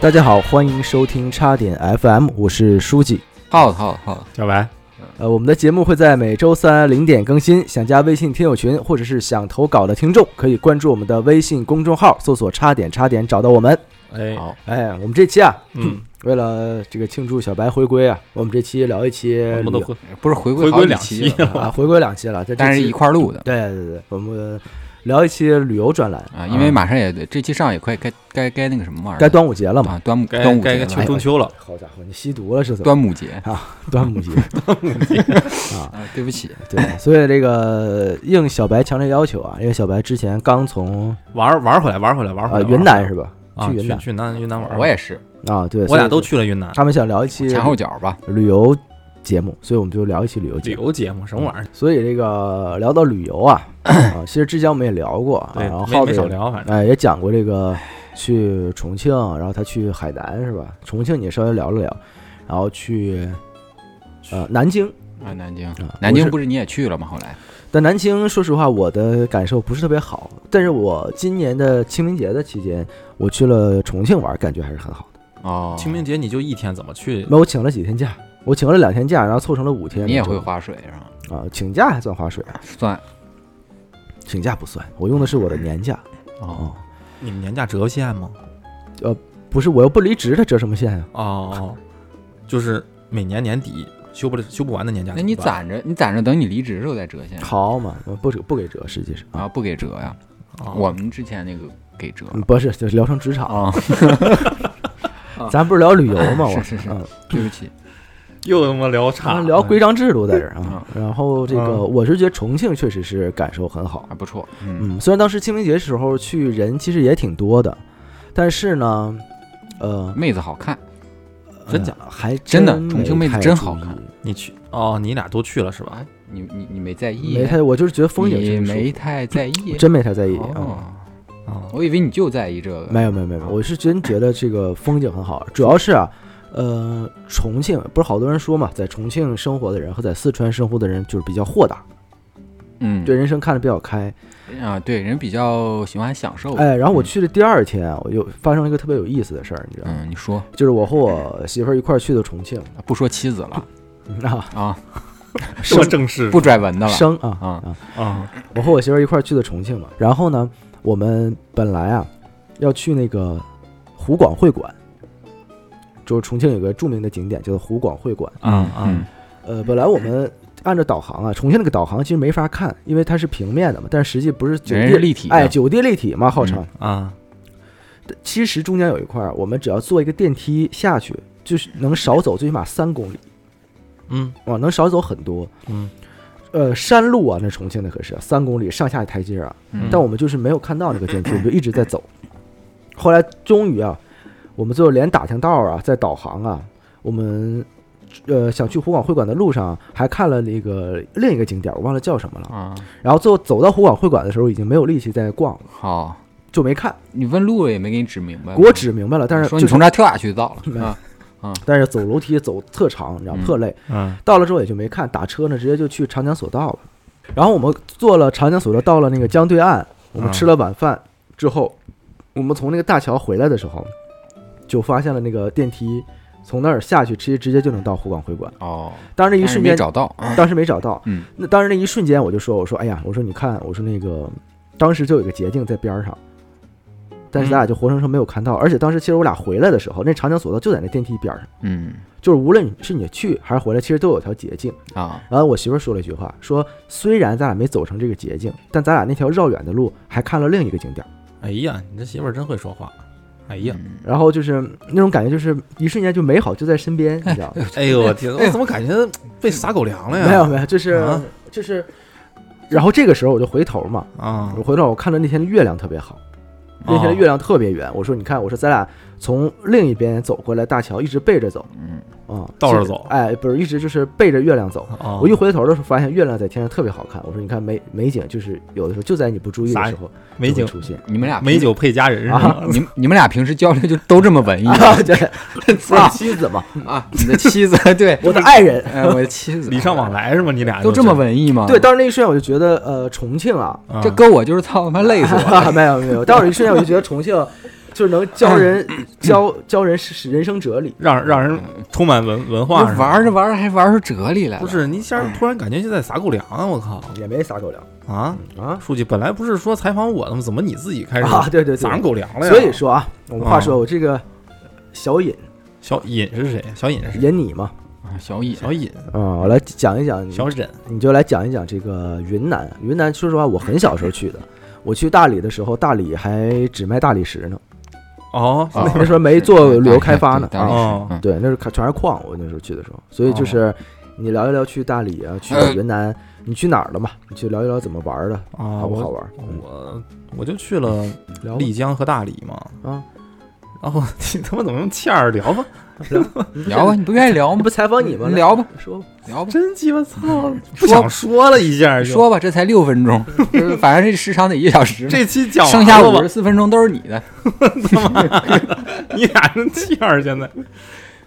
大家好，欢迎收听叉点 FM，我是书记。好好好，小白，呃，我们的节目会在每周三零点更新。想加微信听友群或者是想投稿的听众，可以关注我们的微信公众号，搜索“叉点叉点”，找到我们。哎，好哎，我们这期啊，嗯，为了这个庆祝小白回归啊，我们这期聊一期我旅们都回不是回回好归几两期期了，啊，回归两期了，在这但是期一块儿录的对对对，我们聊一期旅游专嗯栏，啊，因为马上也这期上也快该该该那个什么玩意儿了，该端午节了嘛。啊端午该端午该节该了秋中秋了，好家伙，你吸毒了是怎么？端午节端午节啊，对不起， 对，所以这个应小白强烈要求啊，因为小白之前刚从玩儿玩儿回来，玩儿回来，玩儿回呃来。云南是吧？玩儿去回云来啊南去去南云南玩儿。我也是啊，对，我所以俩都去了云南。他们想聊一期前后脚吧，旅游节目，所以我们就聊一期旅游旅节目。游节目什么玩意儿？所以这个聊到旅游 啊，啊，其实之前我们也聊过啊，对，然后没耗没子少也聊，反正哎，也讲过这个去重庆，然后他去海南是吧？重庆你稍微聊了聊，然后去呃南京嗯啊南京啊，南京不不是你也去了吗？后来但南京说实话我的感受不是特别好，但是我今年的清明节的期间我去了重庆玩，感觉还是很好的。哦，清明节你就一天，怎么去？那我请了几天假，我请了两天假，然后凑成了五天。你也这会样划水是吧？啊？请假还算划水啊？算请假不算，我用的是我的年假啊、哦，你们年假折现吗？不是我又不离职，他折什么啊线呀、哦，就是每年年底休不休不完的年假。那你怎么攒办？着，你攒着等你离职的时候再折现好嘛，我不不给折，实际是啊，啊，不给折呀？哦我们之前那个给折嗯不是就聊成职场，啊，咱不是聊旅游 吗？我哦是是是嗯对不起，又他妈聊咱岔们了，聊规章制度在这儿啊。然后这个嗯我是觉得重庆确实是感受很好，还不错，嗯，嗯，虽然当时清明节时候去人其实也挺多的，但是呢，呃，妹子好看，真假呃还真的没重庆妹子太真注好意看，你去哦，你俩都去了是吧？你你你没在意，没太，我就是觉得风景你真的舒没服太在意我，真没太在意啊。哦，啊，我以为你就在意这个，没有没有没有，啊我是真觉得这个风景很好，主要是啊，呃，重庆不是好多人说嘛，在重庆生活的人和在四川生活的人就是比较豁达，嗯，对人生看得比较开。啊，对，人比较喜欢享受，哎，然后我嗯去的第二天啊，我又发生了一个特别有意思的事儿，你知道吗？嗯，你说就是我和我媳妇儿一块儿去的重庆 不说妻子了啊，啊，这么正式不拽文的了，生啊啊啊，啊，我和我媳妇儿一块儿去的重庆嘛，然后呢，我们本来啊要去那个湖广会馆，就是重庆有个著名的景点叫做湖广会馆。嗯嗯嗯，呃，本来我们按照导航啊，重庆那个导航其实没法看，因为它是平面的嘛，但实际不是九人地是立体的啊嗯哎，九地立体嘛，号称。啊，其实中间有一块儿，我们只要坐一个电梯下去，就是能少走最起码三公里，嗯啊，能少走很多。嗯，呃，山路啊，那重庆的可是三公里上下台阶啊，嗯但我们就是没有看到那个电梯， 我们就一直在走。后来终于啊，我们最后连打听道儿啊，在导航啊，我们呃想去湖广会馆的路上还看了那个另一个景点，我忘了叫什么了。啊，然后最后走到湖广会馆的时候，已经没有力气再逛了，好，就没看。你问路也没给你指明白，给我，指明白了，但是说就嗯你是从这儿跳下去就到没了啊，但是走楼梯走特长，你知道嗯特累。嗯到了之后也就没看，打车呢直接就去长江索道了。然后我们坐了长江索道，到了那个江对岸，我们嗯吃了晚饭之后，我们从那个大桥回来的时候，就发现了那个电梯从那儿下去，直接直接就能到湖广会馆。哦，当时那一但是瞬没间，找到，啊当时没找到。嗯，那当时那一瞬间我就说，我说哎呀，我说你看，我说那个当时就有个捷径在边儿上。但是咱俩就活生生没有看到，而且当时其实我俩回来的时候，那长江索道就在那电梯边儿上，嗯就是无论是你去还是回来，其实都有条捷径。啊，然后我媳妇儿说了一句话，说虽然咱俩没走成这个捷径，但咱俩那条绕远的路还看了另一个景点儿。哎呀，你这媳妇儿真会说话。哎呀，嗯然后就是那种感觉，就是一瞬间就美好就在身边，你知道吗？哎呦我天，我怎么感觉被撒狗粮了哎呀？没有没有，就是、啊就是，然后这个时候我就回头嘛，啊我回头我看到那天的月亮特别好，那哦天的月亮特别圆。我说你看，我说咱俩从另一边走过来，大桥一直背着走嗯，啊，倒着其实走哎，不是一直就是背着月亮走。啊我一回头的时候，发现月亮在天上特别好看。我说，你看美美景，就是有的时候就在你不注意的啥时候美就景会出现。你们俩美酒配佳人是吧？平时，你你们俩平时交流就都这么 文艺啊，对，我的啊妻子嘛，啊，你的妻子对，我的爱人。哎，我的妻子，礼尚往来是吗？你俩都这么是文艺吗？对，，当时那一瞬间我就觉得，呃，重庆啊，啊这搁我就是操他妈累死我了。没有没有，当时一瞬间我就觉得重庆，就是能嗯教人教教人是人生哲理。让让人充满文文化那是吧玩着玩着还玩出哲理来了。不是你一嗯下突然感觉就在撒狗粮啊！我靠也没撒狗粮啊！啊书记本来不是说采访我的吗？怎么你自己开始啊！对对撒上对，狗粮了呀？所以说啊，我们话啊说我这个小尹小尹是谁？小尹是谁？尹你嘛，啊小野，小尹，啊，我来讲一讲小忍，你就来讲一讲这个云南。云南，说实话，我很小时候去的。我去大理的时候，大理还只卖大理石呢，哦，啊那时候没做旅游开发呢啊对当然哦是嗯对，那是全是矿。我那时候去的时候，所以就是你聊一聊去大理啊，去云南，你去哪儿了嘛？你去聊一聊怎么玩儿的，啊，好不好我玩儿？嗯我我就去了聊吧丽江和大理嘛。啊，然后 你他妈怎么用欠儿聊吧？聊吧，你不愿意 聊我们吗不？采访你吗？来聊吧，说吧。聊吧，真鸡巴操，不想说了一下就。说吧，这才六分钟，就是反正这时长得一个小时嘛，这期讲剩下完了五吧十？四分钟都是你的。你俩真欠儿现在。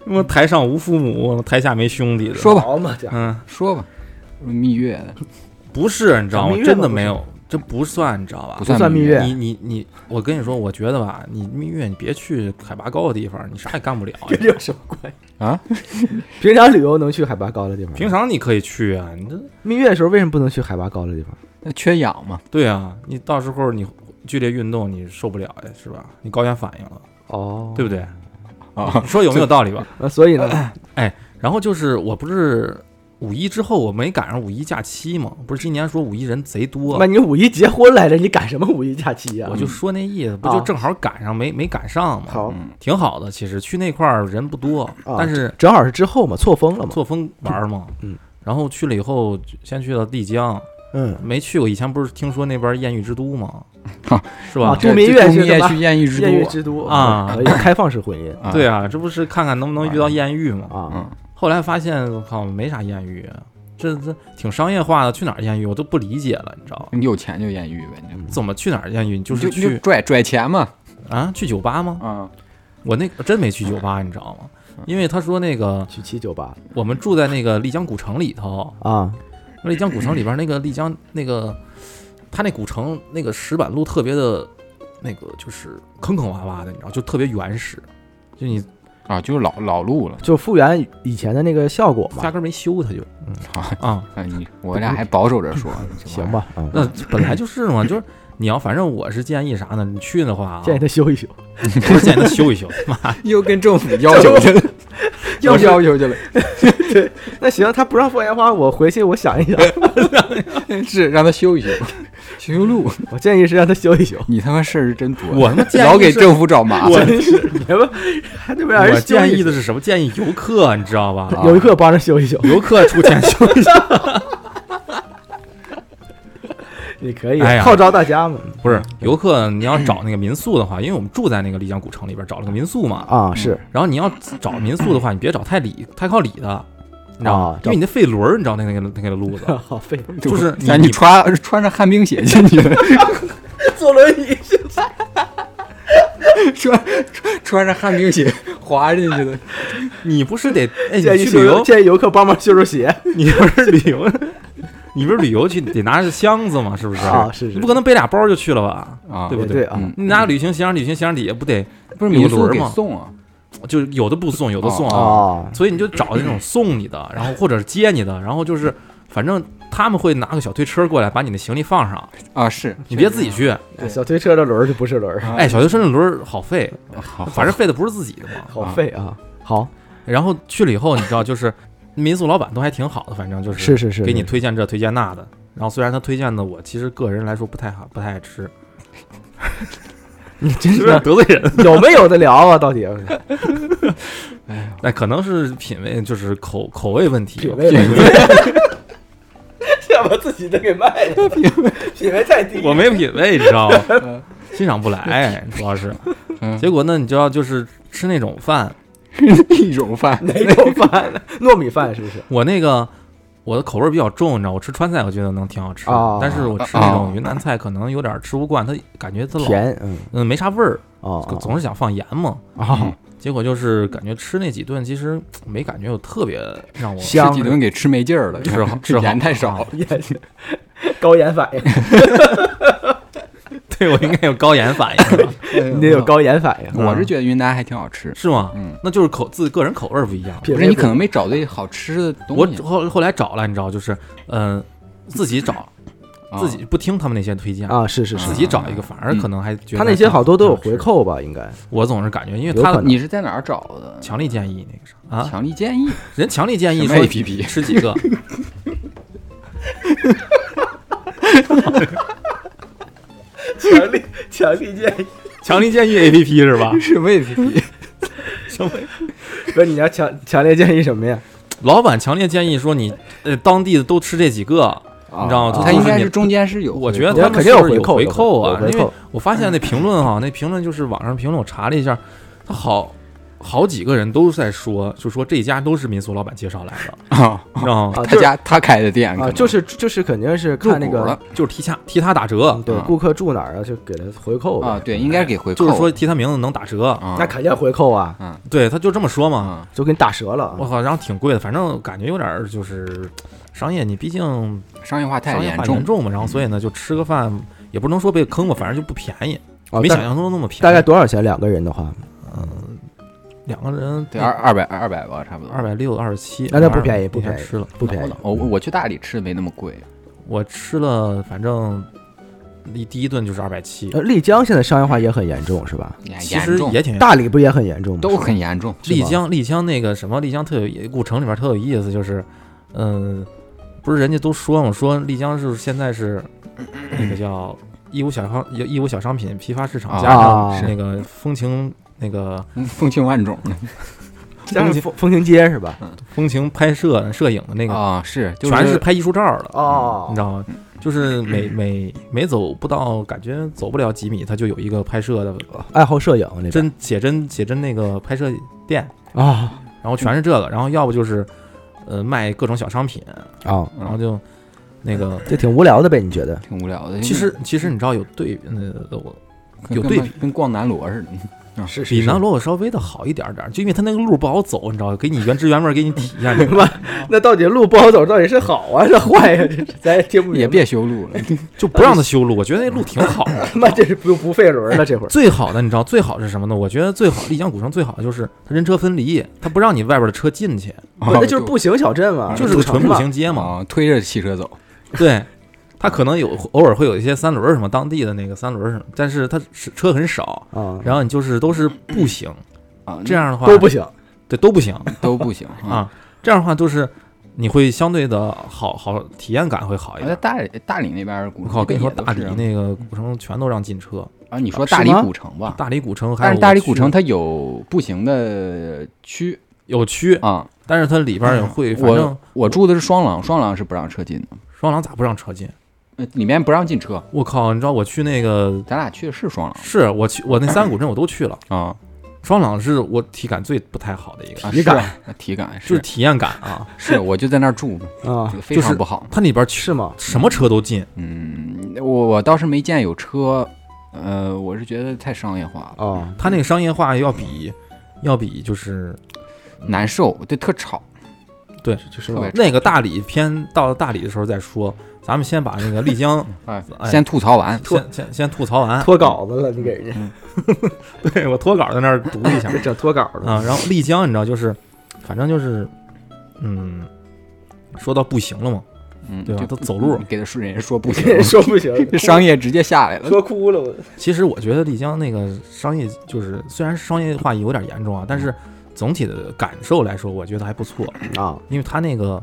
他妈台上无父母，台下没兄弟的。说吧好嘛，讲嗯，说吧，蜜月的不是，你知道讲吗蜜？月真吧的不没是有，这不算，你知道吧不？不算蜜月你你你，我跟你说，我觉得吧，你蜜月你别去海拔高的地方，你啥也干不了。跟 这有什么关系啊？平常旅游能去海拔高的地方吗？平常你可以去啊，你这蜜月的时候为什么不能去海拔高的地方？那缺氧嘛？对啊，你到时候你剧烈运动你受不了呀，是吧？你高原反应了，哦，对不对？啊你，说有没有道理吧？那所以呢？然后就是我不是五一之后我没赶上五一假期嘛，不是今年说五一人贼多那，你五一结婚来着，你赶什么五一假期呀我？就说那意思，不就啊正好赶上没没赶上嘛，好，嗯，挺好的。其实去那块儿人不多，但是正好是之后嘛，错峰了嘛。错峰玩儿嘛，嗯，然后去了以后，先去了丽江，嗯，没去过，以前不是听说那边艳遇之都吗？哈是吧啊？度蜜月这度是蜜月吧去艳遇之艳遇都之都啊可以开放式婚姻啊对啊，这不是看看能不能遇到艳遇吗？啊嗯，后来发现，我靠，没啥艳遇，这这挺商业化的，去哪儿艳遇我都不理解了，你知道吧？你有钱就艳遇呗，你怎么去哪儿艳遇？你就就是就去拽拽钱嘛，啊，去酒吧吗？啊，我那真没去酒吧，你知道吗？因为他说那个去七九八我们住在那个丽江古城里头，啊，丽江古城里边那个丽江那个，它那古城那个石板路特别的，那个就是坑坑洼洼的，你知道，就特别原始，就你啊，就是老老路了就复原以前的那个效果压嘛，根儿没修它就嗯啊。啊， 哎，你我俩还保守着说，这玩行意儿？吧？啊，那本来就是嘛，就是你要反正我是建议啥呢？你去的话啊， 建议他修一修，不是建议他修 一修，妈又跟政府 要求去了，又要求去了，那行，他不让放烟花，我回去我想一想， 是让他 休息休修修路。，我建议是让他修一修你他妈事儿真多，我他妈建 议老给是政府找麻 我烦。真是 你们还得不让我人修建一议修的，是什么？建议游客，你知道吧？啊游客帮着修一修，游客出钱修一修，你可以啊哎呀号召大家嘛不是游客，你要找那个民宿的话，因为我们住在那个丽江古城里边，找了个民宿嘛，啊，是然后你要找民宿的话，你别找太里太靠里的，你知道吗啊？，因为你那费轮儿，你知道那个那个那个路子 好费就是你咱你穿穿着旱冰鞋进去， 坐轮椅，穿穿穿着旱冰鞋滑进 去的，你不是得哎，建议你去修旅游游，建议游客帮忙修修鞋，你不是旅游， 你不是旅游去得拿着箱子嘛，是不是？啊是是你不可能背俩包就去了吧？啊对不也对啊，嗯你拿旅行箱，旅行箱底下不得不是有民宿轮儿给吗送啊，就有的不送，有的送啊。啊，所以你就找那种送你的，然后或者是接你的，然后就是反正他们会拿个小推车过来把你的行李放上，啊是你别自己啊去。对小推车的轮儿就不是轮儿，哎，小推车那轮儿好费，嗯好，啊反正费的不是自己的嘛。好费啊，好然后去了以后，你知道，就是民宿老板都还挺好的，反正就是是是，给你推荐这推荐那的。然后虽然他推荐的我其实个人来说不太好，不太爱吃，你 真是是啊 不是得罪 人？有没有的聊啊？到底那可能是品味，就是口口味问题。品味问题， 想把自己都给卖 了，品味 品味太低我没品味，你知道吗嗯？欣赏不来， 主要是。嗯结果呢，你知道，就是吃那种饭， 一种饭哪种饭？糯米饭是不是？我那个我的口味比较重，你知道，我吃川菜我觉得能挺好吃哦，但是我吃那种云南菜可能有点吃不惯，它感觉它老甜，嗯，嗯没啥味儿，哦，总是想放盐嘛。啊，嗯结果就是感觉吃那几顿，其实没感觉有特别让我香吃几顿给吃没劲儿了，吃好吃 吃好盐太少了。 也是高盐反应， 对我应该有高盐反应是吧，你得有高盐反应。哎嗯我是觉得云南还挺好吃，是吗？嗯，那就是口自个人口味儿不一样。品不是味你不可能没找对好吃的我东西，后后来找了，你知道，就是嗯、呃自己找，啊自己不听他们那些推荐，啊，是是是自，己找一个，反而可能还觉得他那啊些好多都有回挺好扣吧？应 该吃。我总是感觉，因为有可他能你是在哪儿找的？强力建议那个啥啊，强力建议人强力建议什么说 APP？吃几个，强力 强力建议，强力建议 A P P 是 吧？什么 APP？不是你要强强烈建议什么呀？老板强烈建议说你呃当地的都吃这几个，你知道吗？啊它就应是该你是中间是有回扣，我觉得我觉他得们肯是定有有回扣回扣啊有，回因为扣我发现那评论哈，那评论就是网上评论，我查了一下，他好好几个人都在说，就说这家都是民宿老板介绍来的，啊，你知道吗？啊， 他就是家他开的店啊，就是就是肯定是看那入股个了就是提价提他打折嗯，对啊顾客住哪儿啊，就给他回扣啊，呗。对，应该是给回扣，哎就是说提他名字能打折，啊，那肯定回扣啊，对，他就这么说嘛。啊，就给你打折了啊。我靠，然后挺贵的，反正感觉有点儿就是商业，你毕竟商业化太商业严化重嗯严，重嘛，然后所以呢，就吃个饭也不能说被坑吧，反正就不便宜，啊没大想象中那么便宜。大概多少钱两个人的话？两个人对，二二百二百吧，差不多。二百六、二十七，那那不便宜220不便宜那天吃了，不便宜我我去大理吃的没那么贵，我吃了，反正一第一顿就是二百七，呃，丽江现在商业化也很严重，是吧？也其严实重也挺。大理不嗯也很严重吗？都很严重。 是吧丽江，丽江那个什么，丽江特有古城里面特有意思，就是，嗯、不是人家都说嘛，说丽江是现在是那个叫义乌小商义乌小商品批发市场，啊加上啊那个风情那个风情万种加上风风情街是吧？风情拍摄摄影的那个，啊，是就全是拍艺术照的，哦你知道吗？就是每每每走不到，感觉走不了几米，它就有一个拍摄的爱好摄影那边真写真写真那个拍摄店，啊然后全是这个，然后要不就是呃卖各种小商品，啊，然后就那个这挺无聊的呗？你觉得？挺无嗯聊的。其实其实你知道有对呃我跟有对比，跟逛南锣似的。啊是比南锣我稍微的好一点点儿，就因为它那个路不好走，你知道，给你原汁原味儿给你体验。你知道吗那到底路不好走，到底是好啊是坏呀？这咱也听不 也别修路 了，就不让他修路，我觉得那路挺好的。他妈这是不不费轮了，这 会儿最好的你知道最好是什么呢？我觉得最好丽江古城最好的就是它人车分离，它不让你外边的车进去，不那哦就是步行小镇嘛，就是赌个城纯步嘛行街嘛。啊，推着汽车走，对，它可能有偶尔会有一些三轮儿什么当地的那个三轮儿什么，但是它是车很少，啊，然后你就是都是步行，啊，这样的话都不行嗯对都不行都不行啊。 啊，这样的话就是你会相对的好好体验感会好一在点。大理大理那边儿古哎我城，靠，跟你说，哎也都大理是那个古城全都让进车，啊，你说是吗大理古城吧，大理古城还但有是大理古我去城它有步行的区有区，啊。但是它里边儿也会，反正我我住的是双廊，双廊是不让车进的，双廊咋不让车进？呃，里面不让进车。我靠，你知道我去那个咱俩去的是双是我去我那三个古镇我都去了，廊啊双廊是我体感最不太好的一个，啊，体是感啊体感就是是体验感啊，是，我就在那儿住，啊，非就是常不好。它里边儿去是吗？什么车都进，嗯，我我倒是没见有车，呃，我是觉得太商业化了，啊，它那个商业化要比要比就是啊难受，对，特吵，就是特别那个大理偏到大理的时候再说，咱们先把那个丽 江哎哎，先吐槽完，先先先吐槽完，脱稿子了，你给人家对我脱稿在那儿读一下整脱稿了 啊，然后丽江你知道就是，反正就是，嗯，说到步行了嘛，嗯，对吧啊就都走路你给他说人家说不 行，说不行， 商业直接下来了，说哭了我。其实我觉得丽江那个商业就是虽然商业化有点严重啊，但是总体的感受来说，我觉得还不错，啊，因为它那个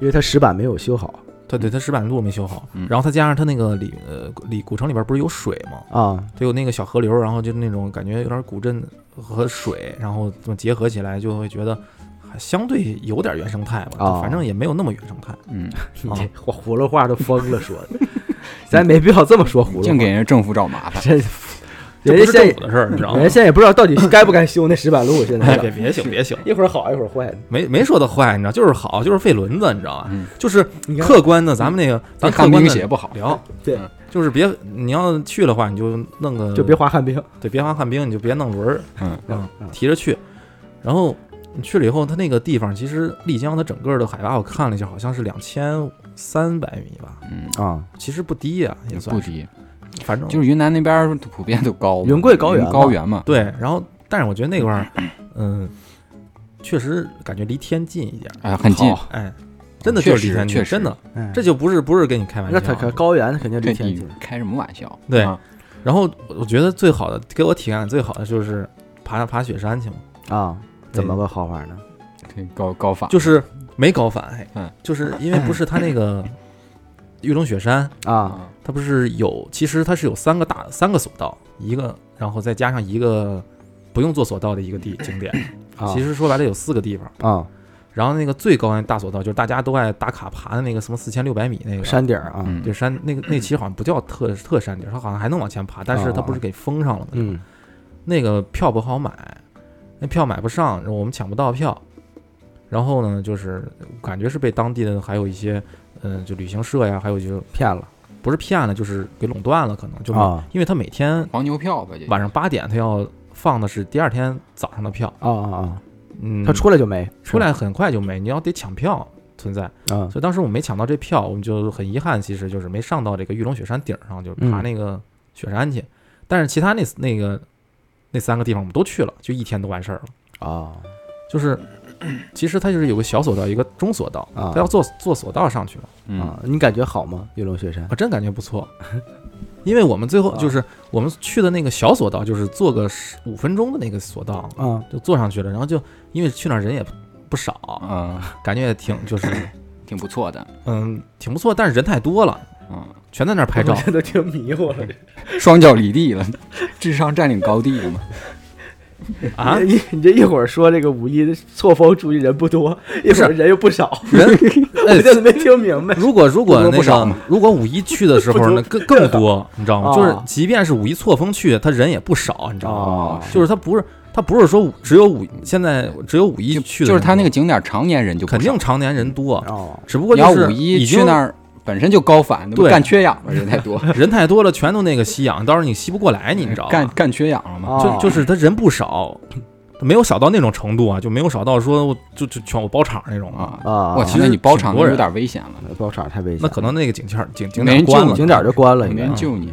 因为它石板没有修好对对，它石板路没修好嗯，然后它加上它那个里呃里古城里边不是有水吗？啊，它有那个小河流，然后就那种感觉有点古镇和水，然后这么结合起来，就会觉得还相对有点原生态吧，哦就反正也没有那么原生态。嗯， 你啊这话葫芦话都疯了说的，咱没必要这么说葫芦净话 给，人家政府找麻烦，真这人不家是现政在府的啊事儿，你知道人吗家？现在也不知道到底该不该修那石板路，现在别别醒哎别醒，一会儿好一会儿坏的，没没说它坏，你知道，就是好，就是费轮子，你知道吧？嗯就是你看客观的，咱们嗯那个咱咱客看观冰的鞋不好，聊，对嗯，就是别你要去的话，你就弄个就别滑旱冰对别滑旱冰，你就别弄轮儿，嗯啊嗯，提着去。然后你去了以后，它那个地方其实丽江它整个的海拔我看了一下，好像是两千三百米吧，嗯，啊其实不低啊，也算不是。低，反正就是云南那边儿普遍都高嘛，云贵高原嘛高原嘛，对，然后但是我觉得那 块儿，嗯，确实感觉离天近一点儿，哎，很近，好哎，真的就是离天确近，实真的，哎这就不是不是跟你开玩那它可笑。高原肯定离对天你近，开什么玩笑？对啊然后我觉得最好的，给我体感最好的就是爬爬雪山去嘛，啊，嗯怎么个好法呢？对高高法就是没高反，哎嗯就是因为不是它那个 玉龙雪山，啊，啊，它不是有，其实它是有三个大三个索道，一个，然后再加上一个不用做索道的一个地景点，啊其实说白了有四个地方。啊，然后那个最高的大索道就是大家都爱打卡爬的那个什么四千六百米那个，山顶儿啊，嗯对山那个那其实好像不叫特特山顶，它好像还能往前爬，但是它不是给封上了吗？啊嗯那个票不好买，那票买不上，我们抢不到票。然后呢，就是感觉是被当地的还有一些，嗯、就旅行社呀，还有就是骗了不是骗了，就是给垄断了，可能就、啊因为他每天黄牛票吧，这晚上八点他要放的是第二天早上的票，啊啊啊，嗯，他出来就没出来很快就没，你要得抢票存在。啊所以当时我没抢到这票，我们就很遗憾，其实就是没上到这个玉龙雪山顶上，就是嗯爬那个雪山去。但是其他那那个那三个地方我们都去了，就一天都完事儿了。啊 就是其实它就是有个小索道，一个中索道，啊它要坐坐索道上去嘛。嗯啊，你感觉好吗？玉龙雪山我真感觉不错，啊因为我们最后就是我们去的那个小索道，就是坐个十五分钟的那个索道，啊就坐上去了。然后就因为去那儿人也不 不少，嗯，感觉也 挺就是挺不错的，嗯挺不错，但是人太多了， 嗯，全在那儿 拍照。都听迷糊 了双脚离地了，智商占领高地了嘛？啊，你你这一会儿说这个五一错峰注意人不多，一会儿人又不少，人 哎我就没听明白。如果如果不多那不少个嘛哦如果五一去的时不候多 那更更多，你知道吗？啊就是即便是五一错峰去，他人也不少，你知道吗？哦就是他不是他不是说五只有五现在只有五一去的人多，就是他那个景点常年人就不少肯定常年人多， 哦，只不过你就要是五一已去经那儿本身就高反，那不对干缺氧了，人太多，人太多了，全都那个吸氧，到时候你吸不过来， 你啊知道 干吗？干缺氧了嘛？哦就就是他人不少，没有少到那种程度啊，就没有少到说我就就全我包场那种啊。啊，啊，我其操，实那你包场挺多那人有点危险了，包场太危险了，那可能那个景点儿景景没人点儿关救了，嗯景点儿就关了，没应该啊人救你。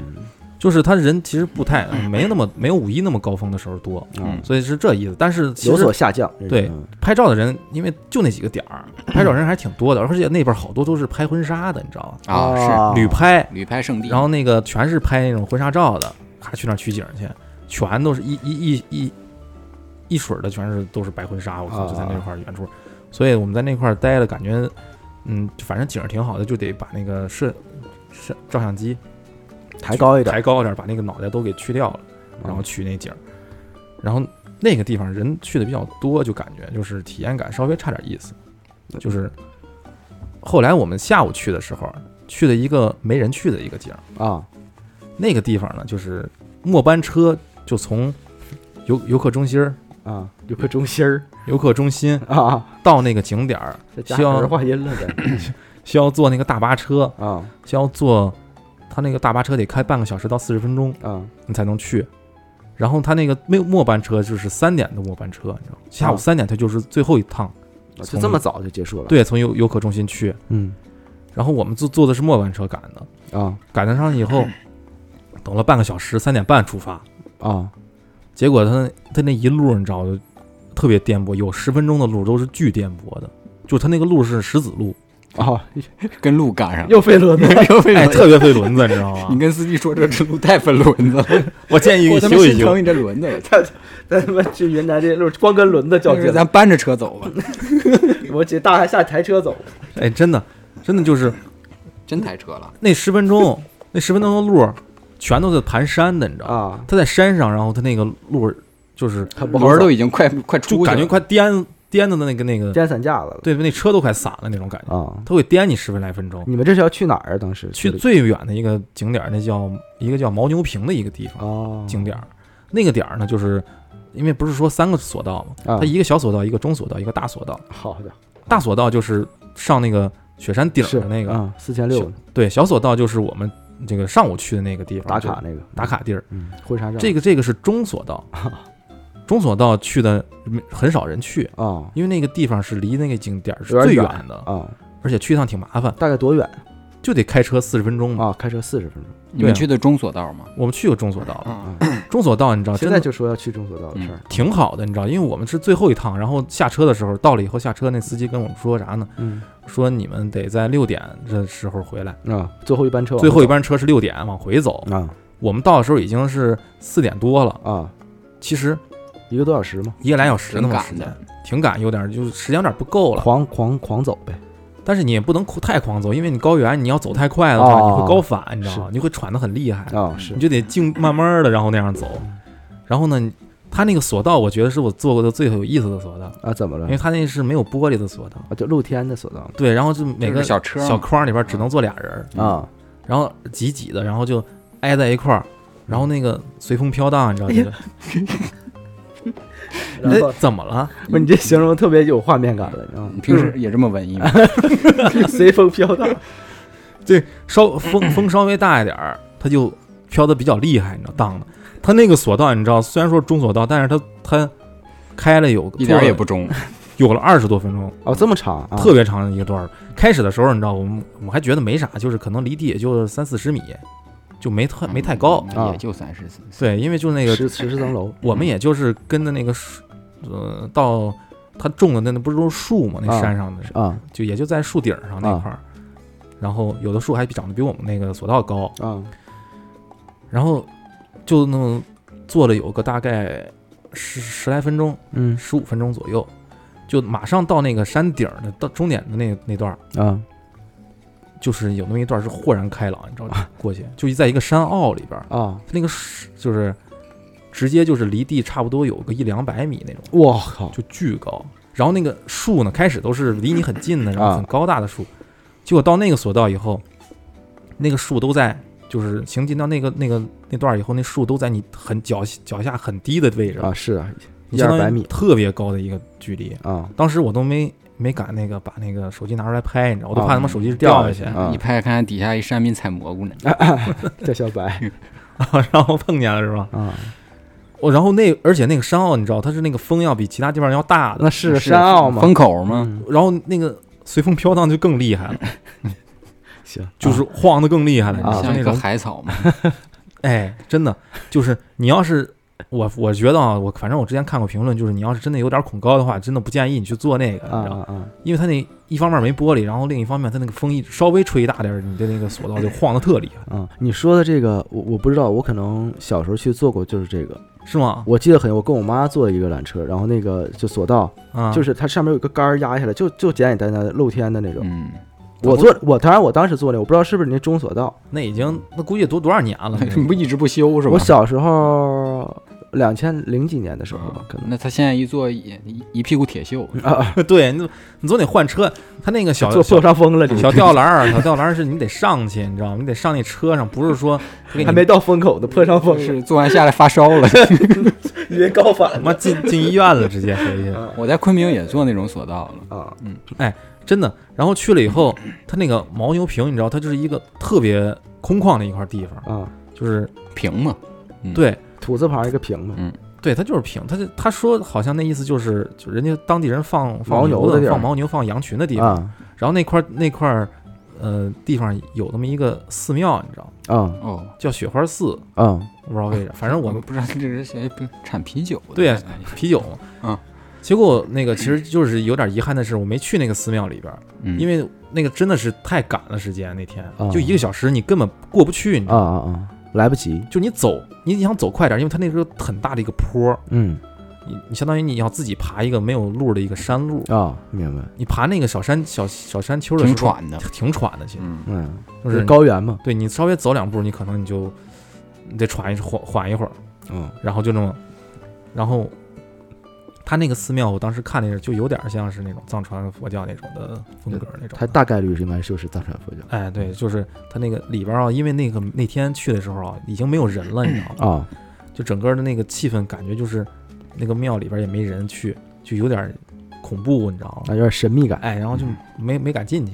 就是他人其实不太没那么没有五一那么高峰的时候多，嗯嗯，所以是这意思。但是其有所实下降。对嗯拍照的人，因为就那几个点儿，拍照人还挺多的，而且那边好多都是拍婚纱的，你知道吗？啊，旅拍，是旅拍圣地。然后那个全是拍那种婚纱照的，还去那儿取景去，全都是一一一一一水儿的，全是都是白婚纱。我操，就在那块儿远处，所以我们在那块儿待了，感觉嗯，反正景儿挺好的，就得把那个摄摄照相机抬高一点，抬高点儿，把那个脑袋都给去掉了。然后去那景儿，然后那个地方人去的比较多，就感觉就是体验感稍微差点意思。就是后来我们下午去的时候，去了一个没人去的一个景儿，啊那个地方呢，就是末班车就从游游客中心儿、啊，有颗中心儿游客中心啊，到那个景点儿，这加希望儿化音了 得需要坐那个大巴车，啊需要坐，他那个大巴车得开半个小时到四十分钟，啊你才能去。然后他那个末末班车就是三点的末班车，你知道吗？下午啊三点他就是最后一趟。就从这么早就结束了。，对，从游游客中心去，嗯然后我们坐坐的是末班车赶的，啊赶得上以后，等了半个小时，三点半出发，啊结果他他那一路你知道，特别颠簸，有十分钟的路都是巨颠簸的，就他那个路是石子路，啊，跟路赶上，又飞轮子 又被哎，特别费轮子，你知道你吗？跟司机说这这路太分轮子了，我建议我 你他妈修一心修疼，你这轮 子了。咱咱他妈去云南这路，光跟轮子较就劲是，咱搬着车走 吧，我姐大还下台车走。哎，真的，真的就是真抬车了。那十分钟，那十分钟的路，全都在盘山的，你知道吗？啊，他在山上，然后他那个路就是很不好轮儿走都已经快快出去就了，感觉快颠颠的那个那个，颠散架子了对，那车都快散了那种感觉。啊！他会颠你十分来分钟。你们这是要去哪儿啊？当时去的最远的一个景点儿，那叫一个叫牦牛坪的一个地方哦，景点儿。那个点儿呢，就是因为不是说三个索道嘛，啊它，一个小索道，一个中索道，一个大索道。好的，大索道就是上那个雪山顶儿是的那个，啊，四千六小对，小索道就是我们这个上午去的那个地方打卡就那个，打卡地儿。嗯，婚纱照这个这个是中索道，中索道去的没很少人去，啊因为那个地方是离那个景点儿是有点最远远的，啊，而且去一趟挺麻烦。大概多远？就得开车四十分钟嘛。啊，开车四十分钟你们去的中索道吗？我们去过中索道，啊，中索道你知道，嗯现真在的就说要去中索道的事儿，挺好的，你知道，因为我们是最后一趟，然后下车的时候到了以后，下车那司机跟我们说啥呢？嗯说你们得在六点这时候回来，啊，最后一班车往最后一回嗯班车是六点往回走。走我们到的时候已经是四点多了，啊啊，其实一个多小时嘛，一个来小时那挺么赶时间的，，挺赶，有点就是时间有点不够了。狂狂狂走呗，但是你也不能太狂走，因为你高原你要走太快的话，哦你会高反，你知道吗？你会喘得很厉害，啊是嗯你就得静慢慢的，然后那样走。然后呢，它那个索道，我觉得是我坐过的最有意思的索道，啊怎么了因为？它那是没有玻璃的索道。啊就露天的索道对，然后就就每是个小车嘛小框里边只能坐俩人儿，啊，然后挤挤的，然后就挨在一块嗯儿，然后那个随风飘荡，你知道这个？然后哎，怎么了？不是你这形容特别有画面感了，你知道吗你？平时也这么文艺 吗？就是 随风飘荡，稍风风稍微大一点儿，它就飘的比较厉害，你知道荡的。它那个索道，你知道，虽然说中索道，但是它它开了有一点儿也不坐中，了有了二十多分钟，哦这么长啊，特别长的一个段儿。开始的时候，你知道，我们我们还觉得没啥，就是可能离地也就三四十米，就没太没太高。嗯啊也就三十四。对，因为就是那个十十十层楼，我们也就是跟着那个树，呃，到他种的那那不是都是树吗？那啊山上的、啊就也就在树顶上那啊块儿，然后有的树还比长得比我们那个索道高，啊然后就那么坐了有个大概十十来分钟，嗯十五分钟左右，就马上到那个山顶儿的到终点的那那段儿，啊就是有那么一段儿是豁然开朗，你知道吗？过去就在一个山坳里边儿，啊，那个是就是直接就是离地差不多有个一两百米那种。我靠就巨高。然后那个树呢，开始都是离你很近的，然后啊很高大的树，结果到那个索道以后，那个树都在就是行进到那个那个那段儿以后，那树都在你很脚脚下很低的位置，啊是啊，你一二相百当于米特别高的一个距离。啊 当时我都没没敢那个把那个手机拿出来拍，你知道，我都啊怕他妈手机掉掉下去下去。啊你拍看底下一山民采蘑菇呢，叫小白 然后碰见了是吧？啊，我哦然后那而且那个山坳你知道，它是那个风要比其他地方要大的，那是山嗯坳嘛，风口吗？然后那个随风飘荡就更厉害了，行，就是晃的更厉害了，你知啊道就像一嗯那棵种海草嘛，哎，真的就是你要是我，我觉得啊，我反正我之前看过评论，就是你要是真的有点恐高的话，真的不建议你去做那个，啊你知道吗？啊啊，因为它那一方面没玻璃，然后另一方面它那个风一稍微吹大点儿，你的那个索道就晃得特厉害，嗯，你说的这个，我我不知道，我可能小时候去坐过，就是这个，是吗？我记得很，我跟我妈坐一个缆车，然后那个就索道，啊，就是是它上面有一个杆儿压下来，就就简简单单的露天的那种。嗯，我坐，我当然我当时坐那，我不知道是不是你那中索道。那已经那估计都多少年 了，那 你个不一直不修是吧我？小时候两千零几年的时候吧，可能啊那他现在一坐一一屁股铁锈，啊，对你你总得换车，它那个 小坐小坐上风了，你小吊篮儿，小吊篮儿是你得上去，你知道吗？你得上那车上，不是说给你还没到风口呢，破伤风了，是坐完下来发烧 了。以为高反他妈进进医院了，直接回去。我在昆明也坐那种索道了，啊真的。然后去了以后，它那个牦牛坪，你知道，它就是一个特别空旷的一块地方，啊，就是平嘛，嗯对土字旁一个平嘛，对，它就是平。它就他说好像那意思就是，就人家当地人放放牦牛牛的地儿放牦牛、放羊群的地方。啊然后那块那块儿呃地方有那么一个寺庙，你知道，啊哦。叫雪花寺，啊我不知道哦为啥，反正 我们不知道这是谁哎不产啤酒的，对呀啤酒嘛。嗯。结果那个其实就是有点遗憾的是，我没去那个寺庙里边儿，嗯，因为那个真的是太赶了时间，那天啊就一个小时，你根本过不去，你知道吗啊啊，来不及，就你走，你想走快点，因为它那个很大的一个坡儿，嗯你你相当于你要自己爬一个没有路的一个山路，啊，明白，你爬那个小山小小山丘的时挺候，喘的，挺喘的，其实嗯，嗯，就是你高原嘛，对你稍微走两步，你可能你就你得喘一缓缓一会儿，嗯然后就那么，然后他那个寺庙，我当时看那个就有点像是那种藏传佛教那种的风格那种它的，大概率是应该就是藏传佛教哎对，就是他那个里边儿啊，因为那个那天去的时候啊，已经没有人了，你知道吗？啊就整个的那个气氛感觉就是那个庙里边也没人去，就有点恐怖，你知道啊，有吗？点神秘感哎，然后就没没敢进去。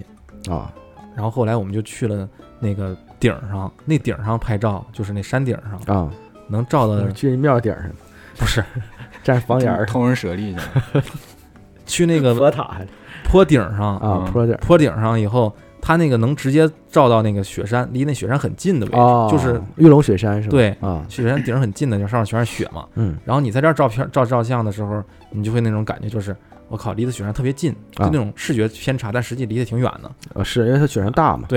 啊然后后来我们就去了那个顶儿上，那顶儿上拍照，就是那山顶儿上啊，能照到我，去庙顶上，不是 站房 檐儿偷人舍利去 了，去那个佛塔坡顶儿上，啊，坡顶坡顶儿上以后，它那个能直接照到那个雪山，离那雪山很近的位置，哦，就是玉龙雪山是吧？对啊，雪山顶上很近的，就上面全是雪嘛。嗯，然后你在这儿照片照照相的时候，你就会那种感觉，就是我靠，离的雪山特别近，就啊那种视觉偏差，但实际离得挺远的。呃，是因为它雪山大嘛？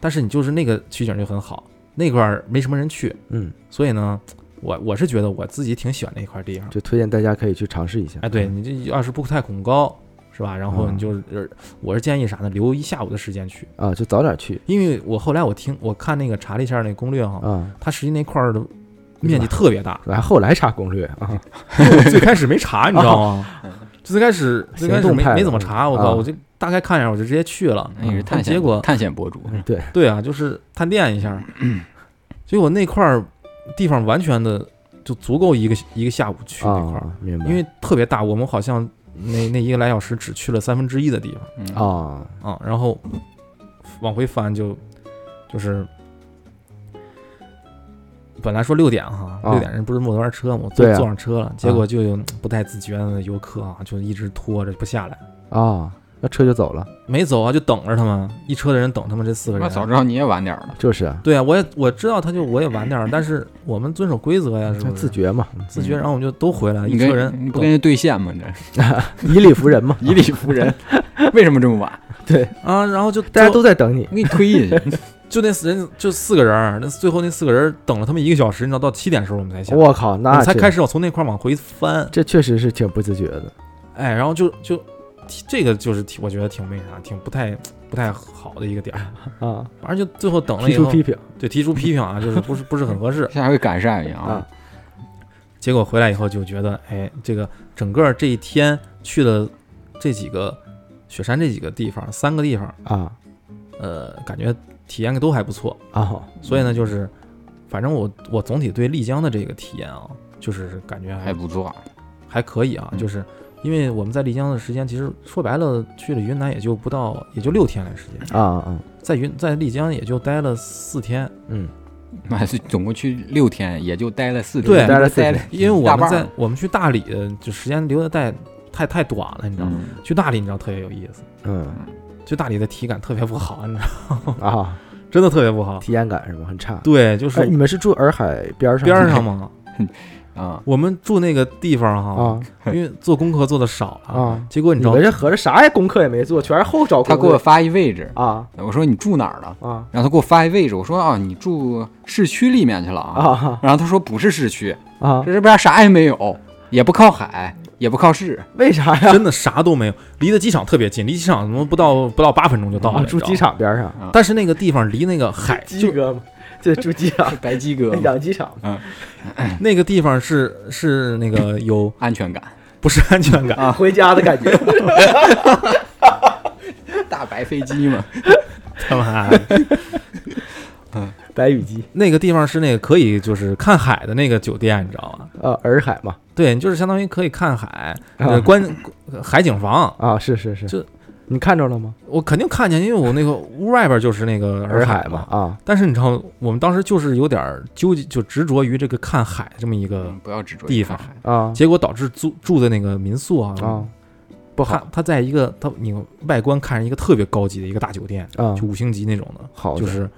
但是你就是那个取景就很好，那块儿没什么人去，嗯，所以呢，我我是觉得我自己挺喜欢那块地方。就推荐大家可以去尝试一下。哎，对你这要是不太恐高，是吧？然后嗯你就是，呃我是建议啥呢？留一下午的时间去，啊，就早点去因为我后来我听我看那个查了一下那攻略哈，啊。它实际那块儿的面积 ，特别大然后后来查攻略 啊，最开始没查，你知道吗？最开始最哦开行始动没派的没怎么查，我靠，啊我就大概看一下，我就直接去了。嗯那也是探险结果探险博主，对，对啊，就是探店一 下，结果那块儿地方完全的就足够一个一个下午去那块儿，啊，明白。因为特别大，我们好像那那一个来小时只去了三分之一的地方。嗯，啊，啊，然后往回翻就就是本来说六点哈，啊六点人不是末班车嘛，坐对啊坐上车了，结果就有不太自觉的游客啊，就一直拖着不下来，啊，那车就走了，没走啊，就等着他们一车的人等他们这四个那人。早知道你也晚点儿了，就是啊，对啊，我也我知道，他就我也晚点儿，但是我们遵守规则呀，是不是？嗯自觉嗯嘛，自觉，然后我们就都回来啊了，一你车跟人你嗯不等跟人对线吗？这，以理服人嘛 以理服人，为什么这么晚？啊，然后就大家就都在等你我给你推进 去，就那四人就四个人儿，那最后那四个人等了他们一个小时，你知道到七点的时候我们才下，我靠，我那们才这开，始我从那块儿往回翻，这确实是挺不自觉的。哎，然后就就挺这个就是挺我觉得挺那啥，挺不太不太好的一个点儿。啊，反正就最后等了提以出后，批评对提出批评啊，就是不是不是很合适。下回改善一下啊啊。结果回来以后就觉得，哎，这个整个这一天去了这几个雪山这几个地方，三个地方，啊呃，感觉体验都还不错。啊，所嗯以呢，就是反正我我总体对丽江的这个体验啊，就是感觉嗯还还不错，还可以啊，嗯就是。因为我们在丽江的时间，其实说白了，去了云南也就不到，也就六天的时间。啊啊，在云在丽江也就待了四天，嗯那还是总共去六天，也就待了四对天，待了四待天了，因为我大们半在儿我们去大理的就时间留的太太太短了，你知道吗？嗯，去大理你知道特别有意思，嗯去大理的体感特别不好，你知道吗， 啊，真的特别不好。体验感是吧？很 差。对，就哎，你是们是住洱海边儿上吗？边上嘛，啊，我们住那个地方哈，啊因为做功课做的少了啊结果你你知道们，这合着啥也功课也没做，全是后找他功给我课发一位置，啊我说你住哪儿了？啊然后他给我发一位置，我说啊，你住市区里面去了啊。啊然后他说不是市区，啊！这这边啥也没有，也不靠海，也不靠市，为啥呀？真的啥都没有，离的机场特别近，离机场怎么不到不到八分钟就到啊了，住你知道机吗。场边儿上，但是那个地方离那个海鸡就哥嘛，就住机场白鸡哥养鸡场那个地方是是那个有 安全感，不是安全感，啊回家的感 觉。大白飞机嘛，他妈的白羽鸡 那个地方是那个可以就是看海的那个酒店，你知道吗？啊，洱海嘛对，就是相当于可以看海，呃，啊观海景房。啊，是是是，这你看着了吗？我肯定看见，因为我那个屋外边就是那个洱海嘛嘛。啊，但是你知道，我们当时就是有点儿纠结，就执着于这个看海这么一个 嗯，不要执着地于方靠海，啊结果，导致住住的那个民宿啊，啊，不好它它在一个它你外观看着一个特别高级的一个大酒店，啊就，五星级那种的，好的就是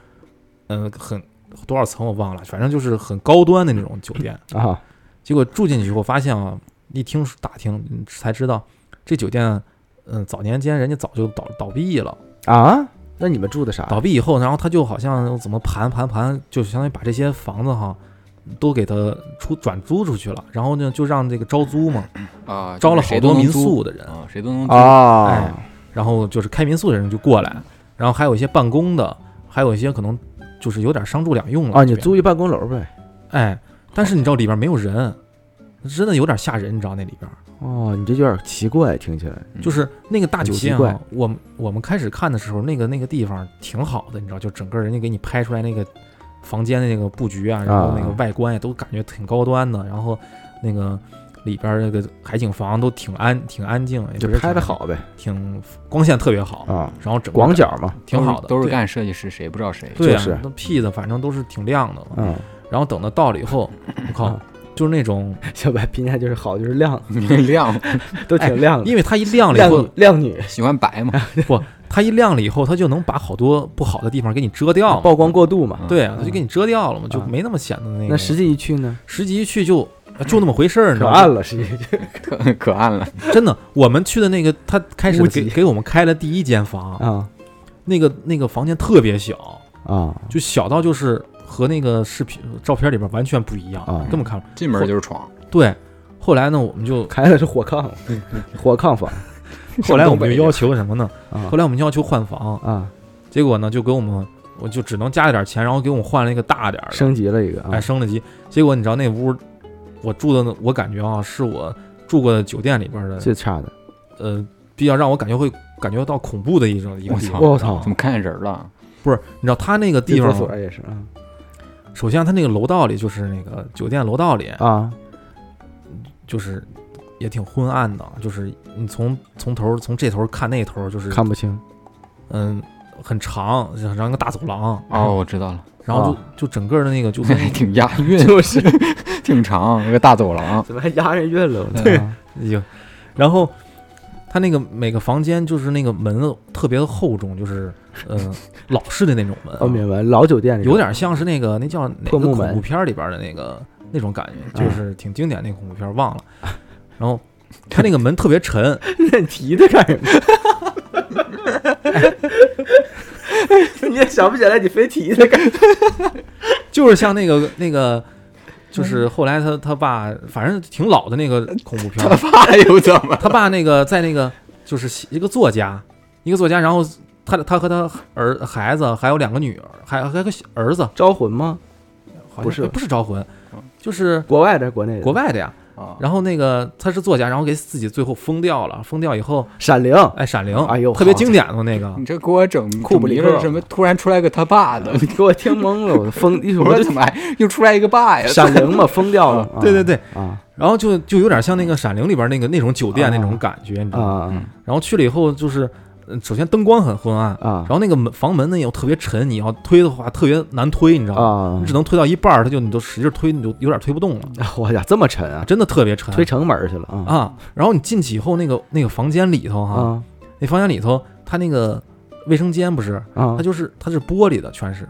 嗯、呃很多少层我忘了，反正就是很高端的那种酒 店。啊结果住进去以后发现啊，一听打听嗯才知道，这酒店，嗯，早年间人家早就倒倒闭了，啊，那你们住的啥？倒闭以后，然后他就好像怎么盘盘盘，就相当于把这些房子哈。都给他出转租出去了，然后呢，就让这个招租嘛，啊，招了就是好谁都多能民租宿的人，啊，谁都能租，啊哎，然后就是开民宿的人就过来，然后还有一些办公的，还有一些可能就是有点商住两用了啊，你这边租一办公楼呗？哎，但是你知道里边没有人，真的有点吓人，你知道那里边，哦，你这有点奇怪，听起来就是那个大酒店嗯很奇怪啊，我们我们开始看的时候，那个那个地方挺好的，你知道，就整个人家给你拍出来那个房间的那个布局啊，然后那个外观也都感觉挺高端的，然后那个里边那个海景房都挺安挺安静，也就不是拍的挺，好呗挺光线特别好，啊，然后整个广角嗯嘛，挺都是好的，都是对干设计师，谁不知道谁？ 对啊，就是那屁的，反正都是挺亮的嘛。嗯，然后等到到了以 后，我靠啊，就是那种，小白评价就是好，就是亮，你这亮都挺亮的，哎因为它一亮了以亮后女，亮女喜欢白嘛？它一亮了以后，它就能把好多不好的地方给你遮掉嘛。曝光过度嘛。嗯对啊，它就给你遮掉了嘛，就嗯没那么显得那个。那实际一去呢，十级一去就就那么回事儿，你可知道暗吗？了，实际一去。可可暗了，真的，我们去的那个，他开始屋给脊给我们开了第一间房，啊那个那个房间特别小，啊就小到就是和那个视频照片里边完全不一样啊，根本看不进门就是床，对。后来呢，我们就开的是火 炕，火炕房后来我们东北就要求什么呢？啊后来我们就要求换房，啊，结果呢就给我们，我就只能加了点钱，然后给我们换了一个大点儿的，升级了一个哎，啊升了级。结果你知道那屋，我住的呢，我感觉啊是我住过的酒店里边的，最差的，呃，比较让我感觉会感觉到恐怖的一种一个我地操方。我哦操怎么看见人了？不是，你知道他那个地地方厕啊，所也是啊首先他那个楼道里就是那个酒店楼道里，啊就是也挺昏暗的，就是你从从头从这头看那头，就是看不清嗯很长，然后一个大走廊，哦，我知道了，然后就、就整个的那个 就跟还挺押韵，就是 挺长，一个大走 廊，怎么还押人韵了？对有，然后他那个每个房间就是那个门特别的厚重，就是嗯、呃老式的那种门啊、我哦明白，老酒店里有点像是那个那叫哪破个木恐门怖片儿里边儿的那个那种感啊觉，就是挺经典那个恐怖片儿，忘了。然后它那个门特别沉，你提它干什么？ 你也想不起来，你非提它干什就是像那个那个，就是后来他他爸，反正挺老的那个恐怖片 他儿，爸又怎么？他爸那个在那个就是一个作家，一个作家，然后他他和他儿孩子还有两个女儿，还还有个小儿子，招魂吗？好像哎不是不是招魂，就是国外的，国内的，国外的呀。啊然后那个他是作家，然后给自己最后封掉了，封掉以后。闪灵，哎，《闪灵》哎呦特别经典的那嗯个，你这给我整库布里整克迷了什么？突然出来个他爸嗯的，给我听懵了，我疯，一 我会说儿怎么还又出来一个爸呀就？闪灵嘛，疯掉了。啊哦对对对，啊然后就就有点像那个《闪灵》里边那个那种酒店啊那种感觉，你知道吗？啊然后去了以后就是，嗯首先灯光很昏暗，啊然后那个门房门呢又特别沉，你要推的话特别难推，你知道吗？啊 你！只能推到一半儿，它就你就使劲推，你就有点推不动了，我呀，这么沉啊，真的特别沉。推城门去了啊啊！然后你进去以后，那个那个房间里头哈，啊那房间里头它那个卫生间不是，啊它就是它是玻璃的，全是。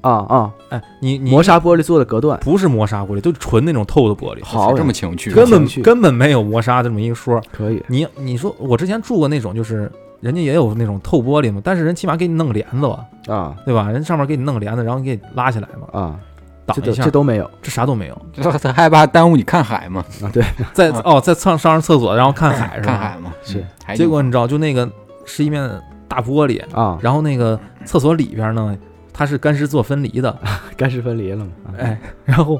啊啊！哎，你你磨砂玻璃做的隔断，不是磨砂玻璃，就是纯那种透的玻 璃，好呀这么情趣，根本情趣根本没有磨砂这么一说。可以你你说我之前住过那种，就是人家也有那种透玻璃嘛，但是人起码给你弄个帘子吧，啊对吧？人上面给你弄个帘子，然后你给你拉起来嘛，啊！挡这一都下，这都没有这啥都没有。 他他害怕耽误你看海嘛？啊，对，在啊哦，在上上上厕所，然后看海是看吧？海嘛？是嗯，海结景果你知道，就那个是一面大玻璃，啊，然后那个厕所里边呢，它是干湿做分离的，干湿分离了嘛，啊哎，然后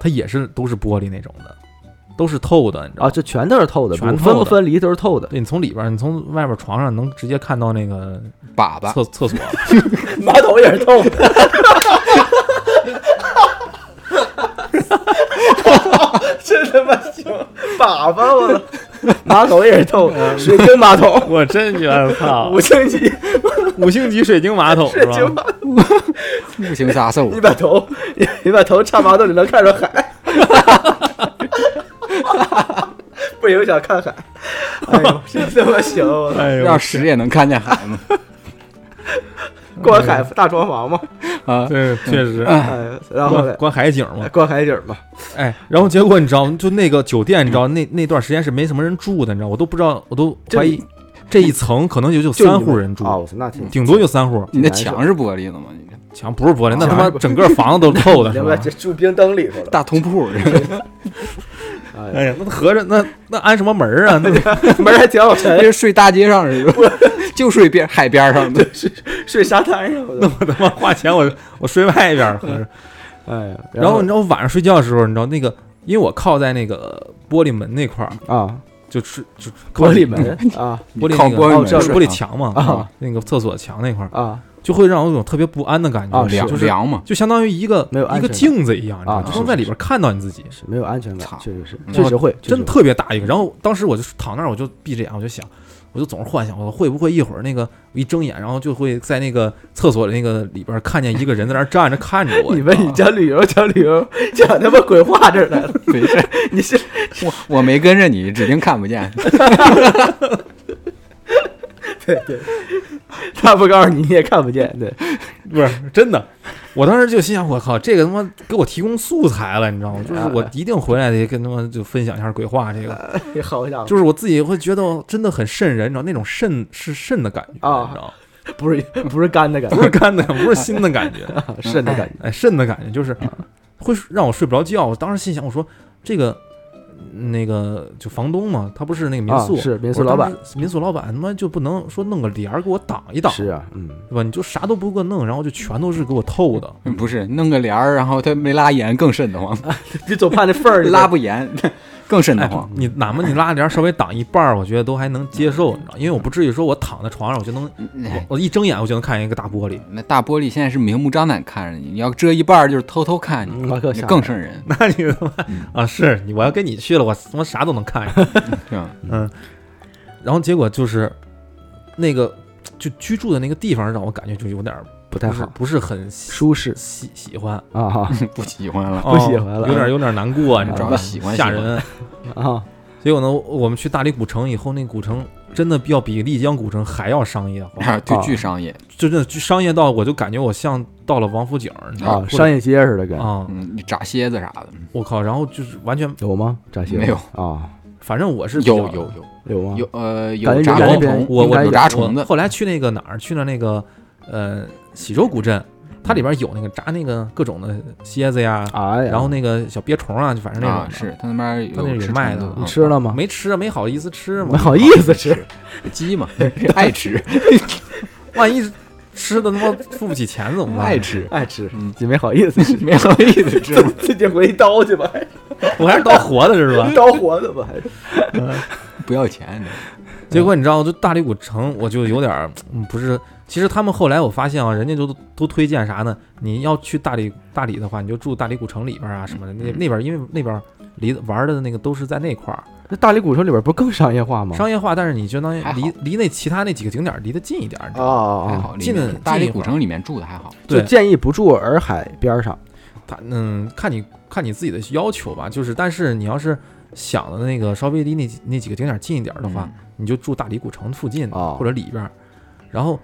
它也是都是玻璃那种的，都是透的，你知道啊，吗？这全都是透的，全不透分不的分离都是透的，对你从里边，你从外边床上能直接看到那个粑粑，厕厕所，马桶也是透 的。真他妈行，粑粑我操，马桶也是透的， 啊水晶马桶， 我真觉得操五星级五星级水晶马桶水晶马桶。不行撒手你，把头，你你把头插马桶，你能看着海， 不影响看海。哎呦，真他妈行！我操 哎让屎也能看见海嘛？观海大床房嘛， 啊，对，确实，哎，然后观嘞，观海景嘛，观海景嘛，哎，然后结果你知道，就那个酒店，你知道那那段时间是没什么人住的，你知道，我都不知道，我都怀疑这一层可能也就就三你们户人住，啊！我操，那挺顶多就三户，你那墙是玻璃的 吗？你这墙不是玻璃，那他墙妈整个房 子都是透的，是明白，吧？这住冰灯里头了。大通铺， 哎哎呀，那合着那那安什么门儿啊？那得呀，门还挺好这沉，是睡大街上 是吧？就睡边海边上的，睡沙滩上那了。 我他妈花钱，我我睡外边儿合着。哎呀，然后你知道我晚上睡觉的时候，你知道那个，因为我靠在那个玻璃门那块儿，啊，就是就靠玻璃门 啊玻璃靠那个玻璃哦门这就样是睡玻璃啊墙嘛，啊那个厕所墙那块儿，啊就会让我有种特别不安的感觉，啊是哦凉哦就是凉 嘛，就相当于一个没有安一全个感镜子一样，你知道啊吗，是就能在里边看到你自己，是没有安全感操，确实是，嗯确实会，真确实特别大一个。然后当时我就躺那儿，我就闭着眼，我就想，我就总是幻想，我会不会一会儿那个我一睁眼，然后就会在那个厕所的那个里边看见一个人在那儿站着看着我。 会。你问知道你吗讲旅游讲旅游讲他妈鬼话这儿来了，没事，你是我我没跟着你，指定看不见。对对，他不告诉你，你也看不见。对，不是真的。我当时就心想，我靠，这个他妈给我提供素材了，你知道吗？就是我一定回来得跟他们就分享一下鬼话这个。好家伙，就是我自己会觉得真的很瘆人，你知道那种瘆是瘆的感觉，你知啊道吗？不是不是干的感不是干的，不是心的 感觉，觉，渗的感觉。哎，瘆的感觉就是会让我睡不着觉。我当时心想，我说这个那个就房东嘛，他不是那个民啊宿，是民我宿老说当板，时，民宿老板他妈就不能说弄个帘儿给我挡一挡，是啊，嗯，对吧？你就啥都不给我弄，然后就全都是给我透的。嗯不是弄个帘儿，然后他没拉严更瘆得 慌，你总怕那缝儿里拉不严更瘆得哎慌。，你哪怕你拉帘儿稍微挡一半儿，我觉得都还能接受，你知道，因为我不至于说我躺在床上我就能，哎我我一睁眼我就能看见一个大玻璃， 那大玻璃现在是明目张胆看着你，你要遮一半儿就是偷偷看你，嗯马克你吓更人瘆 人，那 你他妈啊，是你我要跟你去了，我他妈啥都能看 见。是吧？ 然后结果就是那个就居住的那个地方让我感觉就有点儿不不太是好，不是很嗯喜舒适喜喜欢，啊哈不喜欢 了，不喜欢哦了啊有点有点难过，你知找道吗？个喜欢吓喜欢人。啊，结果呢，我们去大理古城以后，那古城真的要比丽江古城还要商业化，啊就啊巨商业。就真的就商业到我就感觉我像到了王府井儿，你知道啊吗？，商业街似的跟啊，嗯，你炸蝎子啥的我靠！然后就是完全，有吗？炸蟹没有啊？反正我是比较有有有有吗？有呃啊感觉有炸人家毛那边虫，我应该我有有炸虫我子，后来去那个哪儿？去了那个呃喜洲古镇，它里边有那个炸那个各种的蝎子呀，哎呀，然后那个小鳖虫啊啊，就反正那种啊的。是他那边他那有有吃卖虫的子你啊吃了吗？没吃啊，没好意思吃没嘛，好意思吃，鸡嘛，爱吃万一吃的他妈付不起钱怎么 办啊爱？吃，爱吃嗯，，就没好意思吃没好意思吃。自己回去刀去吧，我还是当活的是吧？刀活的吧，还是不要钱的， 结果你知道，就大理古城，我就有点儿嗯不是。其实他们后来我发现啊，人家就都推荐啥呢？你要去大理大理的话，你就住大理古城里边儿啊什么的。那那边儿因为那边儿离玩儿的那个都是在那块儿那大理古城里边不更商业化吗？商业化，但是你就当于还好离离那其他那几个景点儿离得近一点儿，你知啊道吗啊还啊！哎好。里进面了大进理一古会儿城里面住的还好，就对，建议不住洱海边上他嗯，看你看你自己的要求吧。就是，但是你要是想的那个稍微离那几那几个景点儿近一点儿的话，嗯你就住大理古城附近啊哦或者里边儿。然后，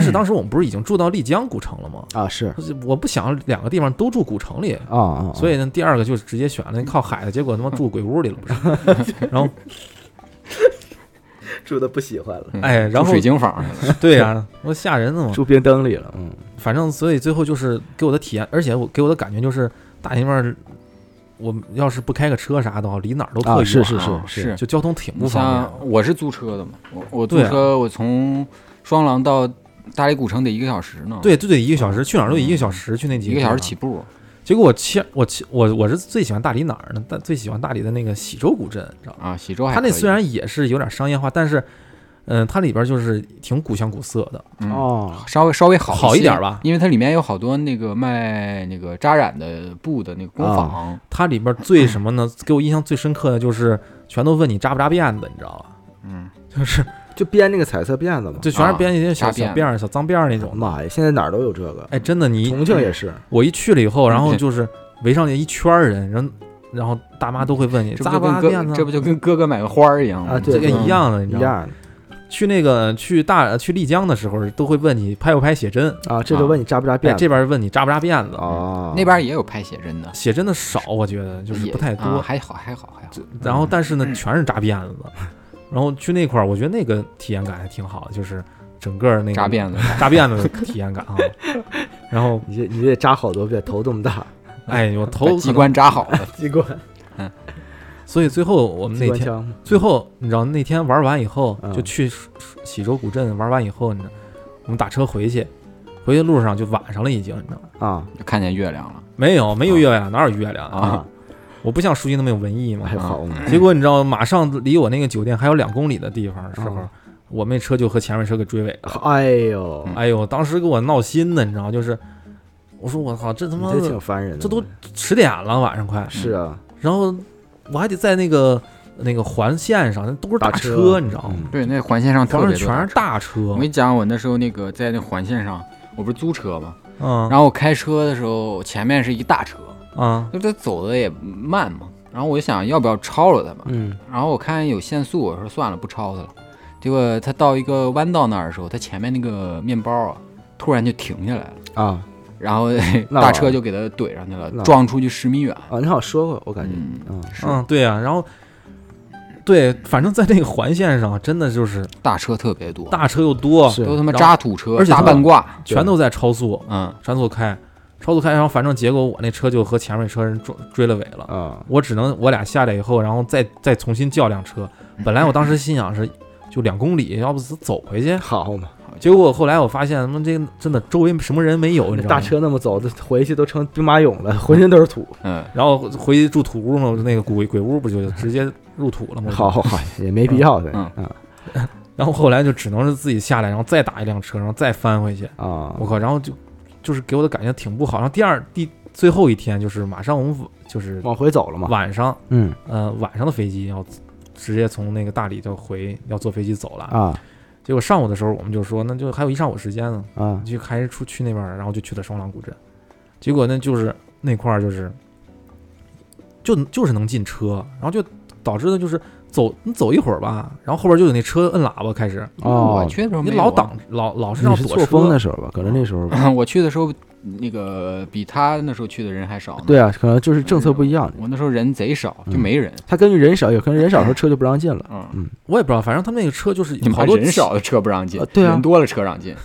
嗯是当时我们不是已经住到丽江古城了吗？啊，是啊我不想两个地方都住古城里，啊，啊所以呢，第二个就直接选了那靠海的，结果他妈住鬼屋里了，不是？ 然后，住的不喜欢了，嗯哎住然后水晶坊上的对呀、我吓人的嘛。住冰灯里了，嗯，反正，所以最后就是给我的体验，而且我给我的感觉就是，大爷们儿，我们要是不开个车啥的话，离哪儿都特啊远，是是啊是是就交通挺不你方像便的。我是租车的嘛，我我租对啊车，我从双廊到大理古城得一个小时呢，，对，就得一个小时，去哪儿都得一个小时，去那嗯几一个地小时方起。步，结果我去，我去，我我是最喜欢大理哪儿呢？但最喜欢大理的那个喜洲古镇，你知道吗？啊，喜洲还它那可以虽然也是有点商业化，但是，嗯、它里边就是挺古香古色的。嗯哦，稍微稍微好好一些点吧因为它里面有好多那个卖那个扎染的布的那个工啊坊，它里边最什么呢？嗯给我印象最深刻的就是全都问你扎不扎辫子，你知道吧？嗯，就是就编那个彩色辫子嘛，就全啊是编一些小扎辫小子辫儿、小脏辫儿那种的。妈呀，现在哪儿都有这个，哎，真的，你重庆也是，我一去了以后，然后嗯就是围上去一圈儿人，然后然后大妈都会问你这不扎就不跟扎哥辫这子啊不就跟嗯哥哥买个花儿一样吗？啊对这这个个一样的，你一知道吗？样的去那个去大去丽江的时候，都会问你拍不拍写真，啊，这就问你扎不扎哎，嗯辫子这边问你扎不扎辫子。哦，那边也有拍写真的，写真的少，我觉得就是也不太啊嗯多。还好还好还好，然后但是呢，全是扎辫子 的。然后去那块儿，我觉得那个体验感还挺好的，就是整个那个扎辫子，扎辫子的体验感啊。 然后，哦你这你这扎好多遍，头这么大，哎，我把头机，关扎好了，机关所以最后我们机那关天，枪吗最后你知道那天玩完以后，嗯就去蜀喜洲古镇玩完以后，你知道，我们打车回去，回去路上就晚上了已经，你知道吗？啊就看见月亮了，没有，没有月亮，哪有月亮啊！我不像书记那么有文艺嘛还。好嘛，结果你知道，马上离我那个酒店还有两公里的地方的时候嗯，我们那车就和前面车给追尾了。哎呦，嗯哎呦，当时给我闹心的，你知道吗，就是我说我靠，这他你妈这的挺烦人的，这都十点了，晚上快，是啊，然后我还得在那个那个环线上，那都是大打车嗯你知道吗？对，那环线上特环别上全是大。大车我，跟你讲，我那时候那个在那环线上，我不是租车嘛，嗯然后我开车的时候，前面是一大车，啊那他走的也慢嘛，然后我就想要不要超了他们，嗯然后我看有限速，我说算了，不超他了。结果他到一个弯道那儿的时候，他前面那个面包啊，突然就停下来了，啊然 后那大车就给他怼上去了那，撞出去十米远。啊！你好像说过，我感觉，嗯，嗯，是嗯，对啊，然后对，反正在那个环线上，真的就是大车特别多，大车又多，是都他妈然后渣土车，而且大他半挂。全都在超速，嗯，超速开，超速开，然后反正结果我那车就和前面那车人追追了尾了。啊我只能我俩下来以后，然后再再重新叫辆车。本来我当时心想是就两公里，要不走回去。好嘛，结果后来我发现，他妈这个真的周围什么人没有，你知道吗？啊大。车那么走，这回去都成兵马俑了，浑身都是土。嗯，然后回去住土屋嘛，那个鬼鬼屋不就直接入土了吗？好。好好，也没必要的，嗯啊然后后来就只能是自己下来，然后再打一辆车，然后再翻回去。啊我靠！然后就就是给我的感觉挺不好。然后第二第最后一天就是马上我们就是往回走了嘛，晚上，嗯呃晚上的飞机要直接从那个大理就回要坐飞机走了。啊结果上午的时候，我们就说那就还有一上午时间呢，啊就还是出去那边儿，然后就去的双廊古镇。结果呢，就是那块儿就是就就是能进车，然后就导致的就是走你走一会儿吧，然后后边就有那车摁喇叭开始，哦我去的时候你没有老啊挡老老是你让是躲错峰车的。时候吧？可能那时候吧， 我去的时候，那个比他那时候去的人还少呢。 对啊，可能就是政策不一样。我那时候人贼少，嗯就没人。他根据人少，有可能人少的时候车就不让进了。嗯，我也不知道，反正他们那个车就是你们好还多人少的车不让进啊，对啊人多了车让进。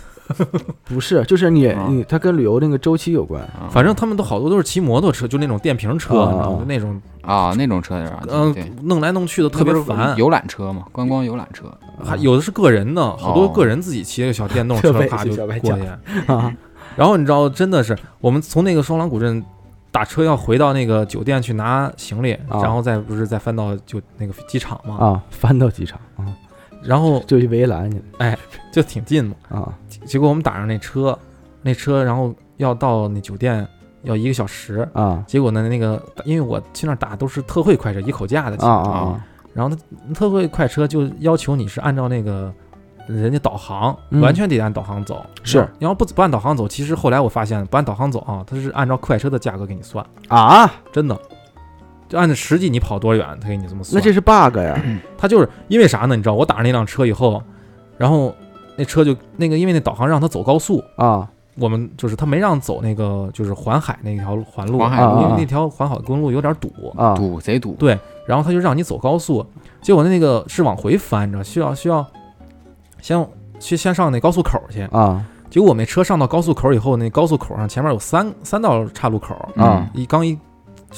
不是，就是你啊你他跟旅游那个周期有关。啊反正他们都好多都是骑摩托车，就那种电瓶车，啊啊啊你知道吗？就那种啊，那种车让进，嗯、对，弄来弄去的特别那不是烦，游览车嘛，观光游览车。还有的是个人的，好哦多个人自己骑个小电动车特别咔就小白过架去。啊然后你知道，真的是我们从那个双廊古镇打车要回到那个酒店去拿行李，啊然后再不是再翻到就那个机场嘛，啊，翻到机场啊，然后就去围栏去了就挺近嘛。啊结结果我们打上那车，那车然后要到那酒店要一个小时。啊结果呢，那个因为我去那儿打都是特惠快车一口价的啊钱，啊啊啊！然后他特惠快车就要求你是按照那个人家导航，嗯完全得按导航走。是你要不不按导航走，其实后来我发现不按导航走啊，他是按照快车的价格给你算，啊！真的，就按照实际你跑多远，他给你这么算。那这是 bug 呀！他就是因为啥呢？你知道我打上那辆车以后，然后那车就那个因为那导航让他走高速。啊我们就是他没让走那个就是环海那条环路，环海路因为那条环海公路有点堵，啊堵贼堵，对，然后他就让你走高速，结果那个是往回翻，你知道，需要需要先去先上那高速口去。啊结果我们车上到高速口以后，那高速口上前面有三三道岔路口，嗯啊一刚一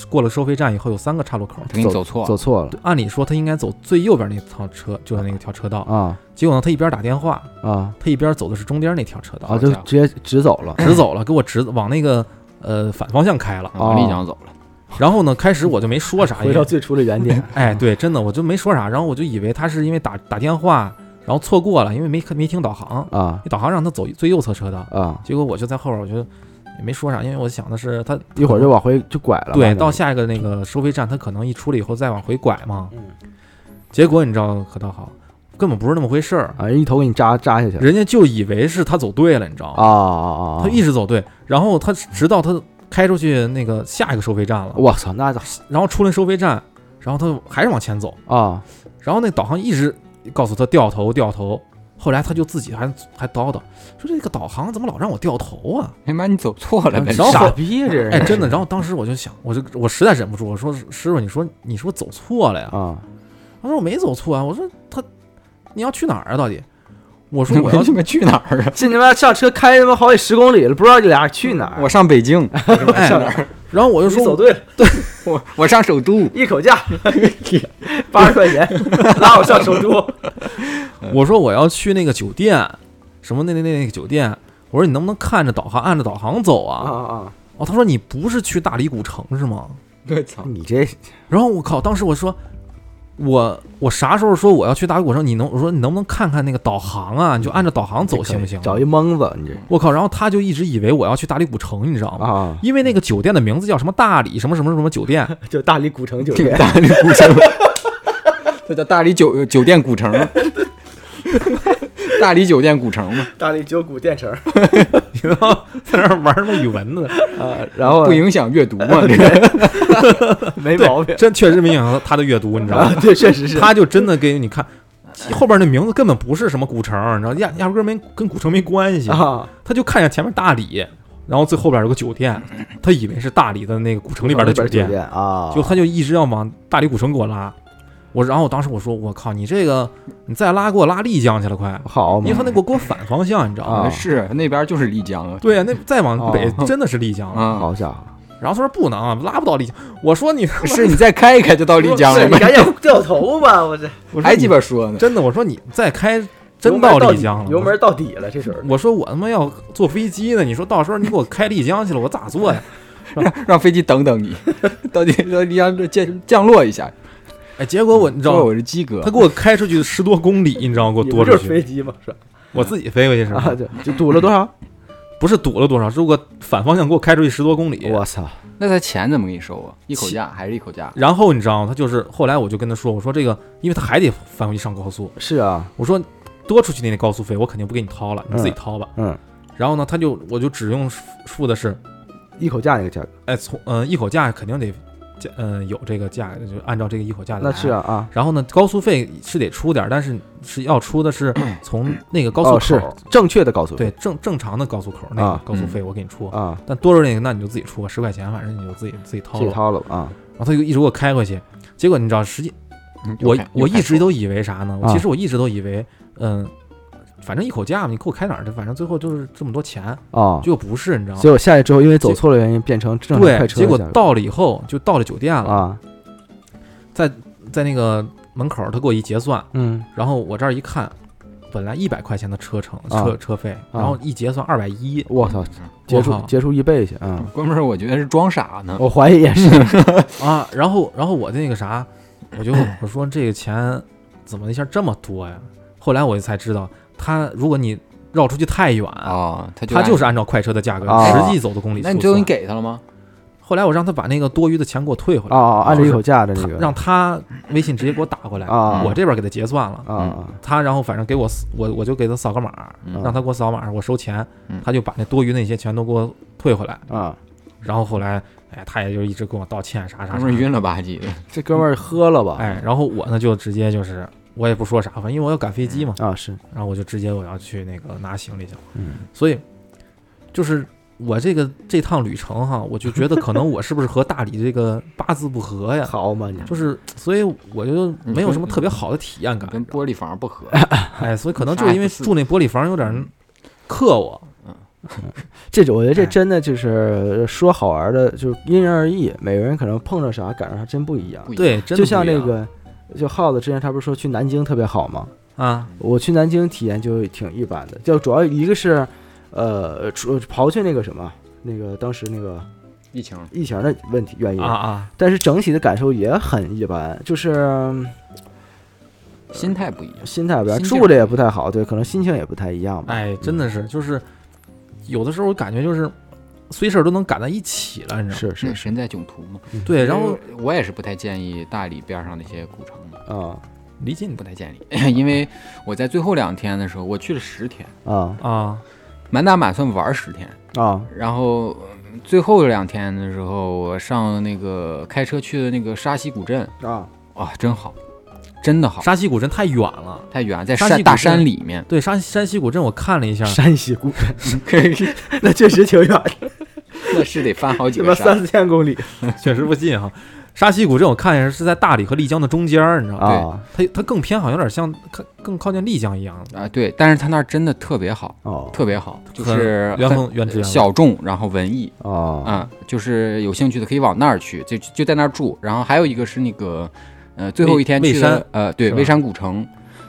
过了收费站以后有三个岔路口。他给你走错走了，错了按理说他应该走最右边那条车，就是那条车道。啊结果呢，他一边打电话，啊他一边走的是中间那条车道，啊！就直接直走了直走了，给我直往那个呃反方向开了。往哦啊丽江走了。然后呢，开始我就没说啥， 回也到最初的原点哎，对，真的，我就没说啥，然后我就以为他是因为打打电话，然后错过了，因为没看没听导航，啊导航让他走最右侧车道，啊！结果我就在后边，我就也没说啥，因为我想的是他一会儿就往回就拐了嘛。对那到个下一个那个收费站，他可能一出来以后再往回拐嘛。嗯结果你知道可倒好，根本不是那么回事儿，啊，一头给你扎扎下去了人家就以为是他走对了，你知道啊吗？啊啊！哎他一直走对，然后他直到他开出去那个下一个收费站了，我操，那咋然后出了收费站，然后他还是往前走。啊然后那导航一直告诉他掉头掉头，后来他就自己还还叨叨说这个导航怎么老让我掉头啊？他哎妈你走错了呗，然后傻逼啊这人哎，真的。然后当时我就想，我就我实在忍不住，我说师傅，你说你是不是走错了呀？啊他说我没走错啊。我说他你要去哪儿啊？到底？我说你我要 们他妈去哪儿啊？这他妈上车开他妈好几十公里了，不知道这俩人去哪儿。我上北京，哎，然后我就你走说对了，我我上 首都，一 口价八十块钱，拉我上首都。我说我要去那个酒店，什么那那那那个酒店。我说你能不能看着导航，按着导航走啊 啊？啊哦，他说你不是去大理古城是吗？我啊！操！你这然后我靠，当时我说，我我啥时候说我要去大理古城？你能我说你能不能看看那个导航啊？嗯你就按照导航走行不啊行？找一蒙子，你这我靠！然后他就一直以为我要去大理古城，你知道吗？啊，因为那个酒店的名字叫什么大理什么什么什么酒店， 就大理古城酒这个店大理古城，这叫大理酒酒店古城，大理酒店古城嘛，大理九古店城你知道吗在那儿玩那语 文呢，啊，然后不影响阅读嘛。这个没毛病对，真确实没影响到他的阅读，你知道啊吗？， 对，确实是他就真的给你看，后边那名字根本不是什么古城，然后压压根儿没跟古城没关系，啊，他就看见前面大理，然后最后边有个酒店，他以为是大理的那个古城里边的酒店，店啊，就他就一直要往大理古城给我拉。我然后我当时我说我靠，你这个你再拉给我拉丽江去了快，好因嘛为他那给我给我反方向，你知道吗？啊是那边就是丽江啊对呀，那再往北哦真的是丽江了。啊，好家伙，然后他说不能啊，拉不到丽江。我说你是你再开一开就到丽江了呗。赶紧掉头吧， 我这我说还哎你鸡巴说呢，真的，我说你再开真到丽江了，到底了，这是我说我他妈要坐飞机呢，你说到时候你给我开丽江去了，我咋坐 呀？让让飞机等等你，到底到丽江这降降落一下。哎，结果我你知说道，我是鸡哥他，给我开出去十多公里，你知道给我多出去，机嘛，哦是我自己飞过去是啊，吧？就就堵 了多少？嗯不是堵了多少，是我反方向给我开出去十多公里。我操，那他钱怎么给你收啊？一口七价还是一口价？然后你知道吗？他就是后来我就跟他说，我说这个，因为他还得返回去上高速，是啊，我说多出去那高速费我肯定不给你掏了，你自己嗯掏吧。嗯，然后呢，他就我就只用付付的是一口价那个价格，哎，从嗯、呃一口价肯定得价，嗯、有这个价，就按照这个一口价来。那是。啊啊，然后呢，高速费是得出点儿，但是是要出 的是从那个高速口哦儿，是正确的高速对正正常的高速口儿那个啊高速费我给你出，啊，但多出那个那你就自己出吧，十块钱反正你就自己自己掏自己了。掏了啊，然后他就一直给我开过去，结果你知道，实际嗯我我一直都以为啥呢？我啊其实我一直都以为，嗯、反正一口价嘛，你给我开哪儿去？反正最后就是这么多钱，哦，结果不是，你知道吗结？果下去之后，因为走错了原因，变成正常快对，车结的果价格到了以后就到了酒店了，啊，在那个门口儿，他给我一结算，嗯，然后我这儿一看，本来一百块钱的车程啊车车费，然后一结算二百一，我操，结束靠结束一倍去啊！关门，我觉得是装傻嗯呢。我怀疑也是，啊，然后然后我那个啥，我就我说这个钱怎么一下这么多呀？后来我才知道，他如果你绕出去太远，哦，他就他按就是按照快车的价格、啊实际走的公里那数你最后算你。给他了吗？后来我让他把那个多余的钱给我退回来，哦，按照一口价的他那个让他微信直接给我打过来，啊我这边给他结算了。啊啊他然后反正给我扫我我就给他扫个码，嗯让他给我扫码，我收钱嗯，他就把那多余那些全都给我退回来。啊！然后后来，哎，他也就一直跟我道歉啥啥关啥门，晕了吧唧的，这哥们儿喝了吧？哎，然后我呢就直接就是我也不说啥，反正因为我要赶飞机嘛，啊是，然后我就直接我要去那个拿行李去了。嗯，所以就是我这个这趟旅程哈，我就觉得可能我是不是和大理这个八字不合呀？好嘛你，就是，所以我就没有什么特别好的体验感，跟玻璃房不 合。哎，所以可能就是因为住那玻璃房有嗯点克我，这种我觉得这哎真的就是呃说好玩的，就是因人而异，每个人可能碰着啥感受还真不一样。不一样对，真的就像不一那样个，就耗子之前他不是说去南京特别好吗？啊，我去南京体验就挺一般的，就主要一个是，呃，除刨去那个什么，那个当时那个疫情疫情的问题原因，啊啊，但是整体的感受也很一般，就是嗯心态不一样，心态不一样，心境住的也不太好，对，可能心情也不太一样吧。嗯哎，真的是，就是有的时候我感觉就是随事儿都能赶在一起了，你知道是吗？是那是身在囧途嘛。对，嗯然后其实我也是不太建议大理边上那些古城的，嗯啊离近不太建议， 因为我在最后两天的时候，我去了十天，啊啊满打满算玩十天，啊然后嗯最后两天的时候，我上那个开车去的那个沙溪古镇，啊！哇，真好，真的好，沙溪古镇太远了。太远，在沙溪山古大镇，山里面对沙山西古镇，我看了啊一下，山西古镇， 那确实挺远的，那是得翻 好几他妈个山三。四千公里确实不近哈。沙溪古镇我看一下是在大理和丽江的中间儿，你知道吗？啊！它它更偏，好像有点像更更靠近丽江一样，啊，对，但是他那儿真的特别好，哦特别好，就很是原很风原汁原味。小众，然后文艺，哦啊、就是有兴趣的可以往那儿去，就就在那儿住。然后还有一个是那个，呃，最后一天蔚去蔚的山，呃，对，是吧蔚山古城，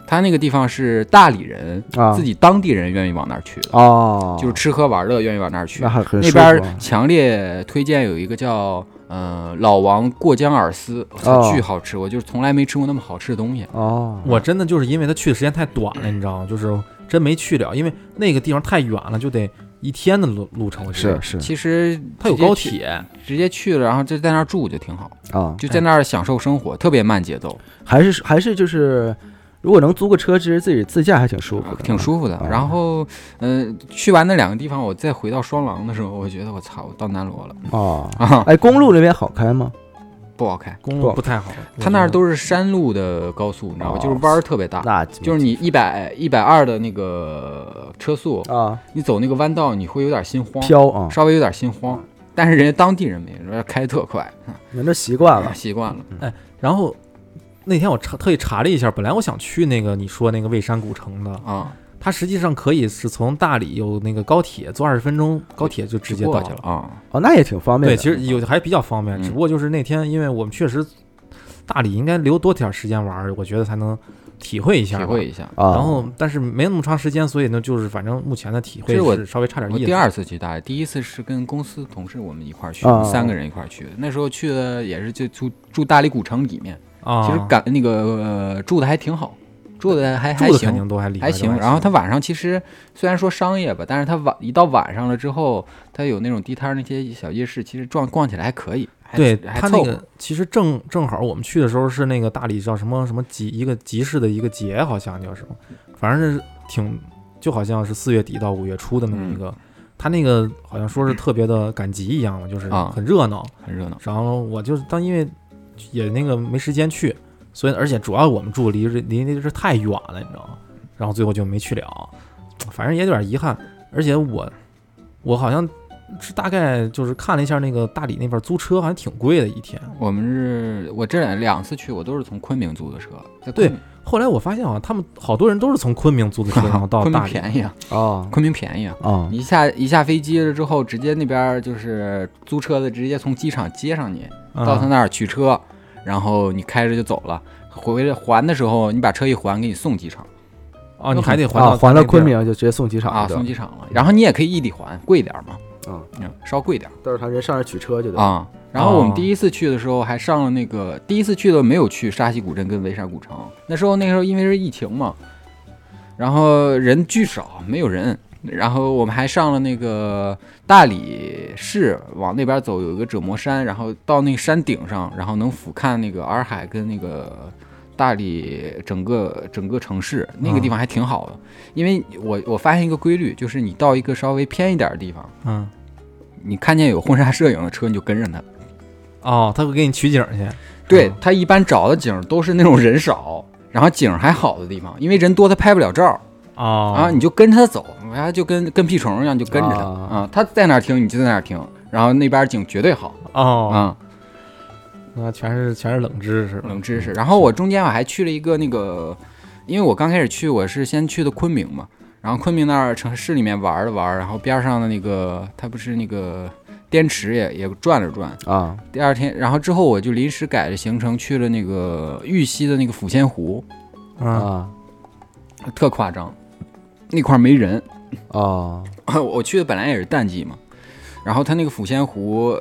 它那个地方是大理人、啊自己当地人愿意往那儿去啊的，哦，就是吃喝玩乐愿意往那儿去。那还很那舒边服啊儿强烈推荐有一个叫呃老王过江饵丝，我哦操，巨好吃！我就是从来没吃过那么好吃的东嗯西。哦，嗯我真的就是因为它去的时间太短了，你知道吗？就是真没去了，因为那个地方太远了，就得一天的路路程。我觉是得是其实它有直接高去，铁，哎直接去了，然后就在那儿住就挺好，啊，就在那儿享受生活，特别慢节奏。还是还是就是，如果能租个车，其实自己自驾还挺舒服啊的，挺舒服的啊。然后，嗯、去完那两个地方，我再回到双廊的时候，我觉得我操，我到南锣了服啊。啊！哎，公路那边好开吗？不好开，公不路不太好，它那儿都是山路的高速，你知道吧？哦就是弯儿特别大，那啊就是你一百一百二的那个车速，啊你走那个弯道你会有点心慌，飘啊，稍微有点心慌。但是人家当地人没，人家开特快，人这习惯了，习惯了。然后那天我查特意查了一下，本来我想去那个你说那个蔚山古城的，啊，它实际上可以是从大理有那个高铁，坐二十分钟高铁就直接过到去了。啊。哦，那也挺方便对，的。其实有还比较方便，嗯只不过就是那天因为我们确实大理应该留多点时间玩儿，我觉得才能体会一体下吧。会一下。啊，然后，但是没那么长时间，所以呢，就是反正目前的体会这是我是稍微差点我意思。第二次去大理，第一次是跟公司同事我们一块儿去，啊三个人一块儿去的。那时候去的也是就住住大理古城里面，啊，其实感那个、呃住的还挺好，住的还还住的肯定行。都还厉害，还行，然后它晚上其实虽然说商业吧，但是它晚一到晚上了之后，它有那种地摊儿那些小夜市，其实逛逛起来还可以，还对还他那凑合个其实正正好我们去的时候是那个大理叫什么什么集一个集市的一个节，好像叫什么，反正是挺就好像是四月底到五月初的那么一个，嗯他那个好像说是特别的赶集一样嘛，就是啊很热闹。很热闹。然后我就是当因为也那个没时间去，所以而且主要我们住离这离那地儿太远了，你知道吗？然后最后就没去了，反正也有点遗憾。而且我我好像是大概就是看了一下那个大理那边租车，好像挺贵的一天。我们是我这两两次去，我都是从昆明租的车，在对昆明后来我发现好啊像他们好多人都是从昆明租 的车，然后到昆明大理。嗯便宜啊，啊昆明便宜啊。啊你一下一下飞机了之后，直接那边儿就是租车的，直接从机场接上你，到他嗯，那儿取车，然后你开着就走了。回来还的时候，你把车一还，给你送机场哦，你还得还到啊，还到那地儿昆，明就直接送机场啊，了，送机场了。然后你也可以异地还，贵点儿嘛，嗯稍贵点儿到时候他人上那取车就得啊。然后我们哦第一次去的时候还上了那个，第一次去的没有去沙溪古镇跟维沙古城，那时候那时候因为是疫情嘛，然后人巨少，没有人。然后我们还上了那个大理市，往那边走有一个折磨山，然后到那个山顶上，然后能俯瞰那个洱海跟那个大理整个整个城市，那个地方还挺好的。因为我我发现一个规律，就是你到一个稍微偏一点的地方，嗯，你看见有婚纱摄影的车，你就跟着他。 哦，他会给你取景去。对嗯他一般找的景都是那种人少， 然后景还好的地方，因为人多他拍不了照，哦，然后啊你就跟着他走，然后就跟跟屁虫一样，你就跟着他啊啊，他在哪儿停你就在哪儿停，然后那边景绝对好哦，啊，那全是全是冷知识，冷知识。然后我中间我还去了一个那个，因为我刚开始去我是先去的昆明嘛，然后昆明那儿城市里面玩了玩，然后边上的那个它不是那个滇池也也转了转，啊第二天，然后之后我就临时改了行程，去了那个玉溪的那个抚仙湖，嗯，啊特夸张，那块儿没人。 啊我去的本来也是淡季嘛，然后它那个抚仙湖，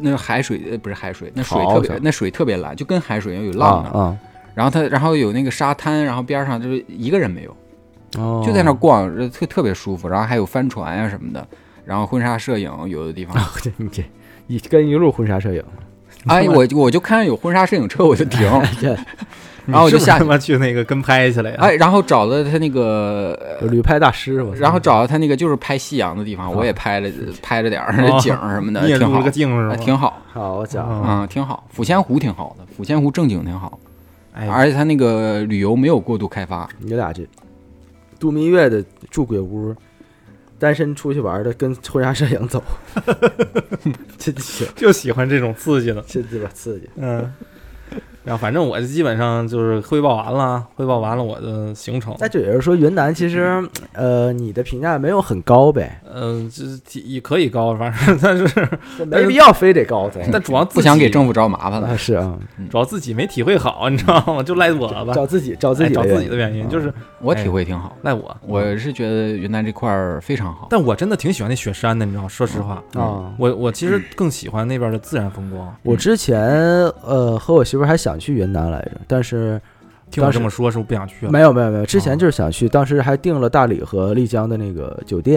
那海水呃不是海水，那水好特别家伙，那水特别蓝，就跟海水一样有啊浪的。啊，然后它，然后有那个沙滩，然后边上就是一个人没有，哦就就在那 儿逛，呃特特别舒服。然后还有帆船呀、什么的，然后婚纱摄影有的地方，啊，这你这一跟一路婚纱摄影，哎，我我就看见有婚纱摄影车我就 停。哎这 然后我就下你是不是他妈去那个跟拍去了呀。哎，然后找了他那个呃有旅拍大师，我操然后找到他那个就是拍夕阳的地方，我也拍了拍了点儿啊哦景儿什么的，你也挺入好了个，镜是哎吗？挺好，好，我讲嗯嗯，挺好。抚仙湖挺好的，抚仙湖正经挺好，哎，而且它那个旅游没有过度开发，你俩这度蜜月的住鬼屋，单身出去玩的跟婚纱摄影 走，这这就喜欢这种刺激的，这鸡巴刺激嗯。然后反正我基本上就是汇报完了，汇报完了我的行程。那就也是说，云南其实，呃，你的评价没有很高呗，嗯，这这也可以高，反正 但是这没必要非得高 咱。但主要自己不想给政府找麻烦了。哎啊，是啊，主要自己没体会好，你知道吗？就赖我吧，找自己找自哎己找的自原己因的原因嗯就是我哎体会挺好，赖我。我是觉得云南这块儿非常好。但我真的挺喜欢那雪山的，你知道吗？说实话，啊。我我其实更喜欢那边的自然风光。我之前呃和我媳妇儿还想去云南来着，但是听我当时这么说，是不是不想去了？没有没有没有，之前哦就是想去，当时还订了大理和丽江的那个酒店，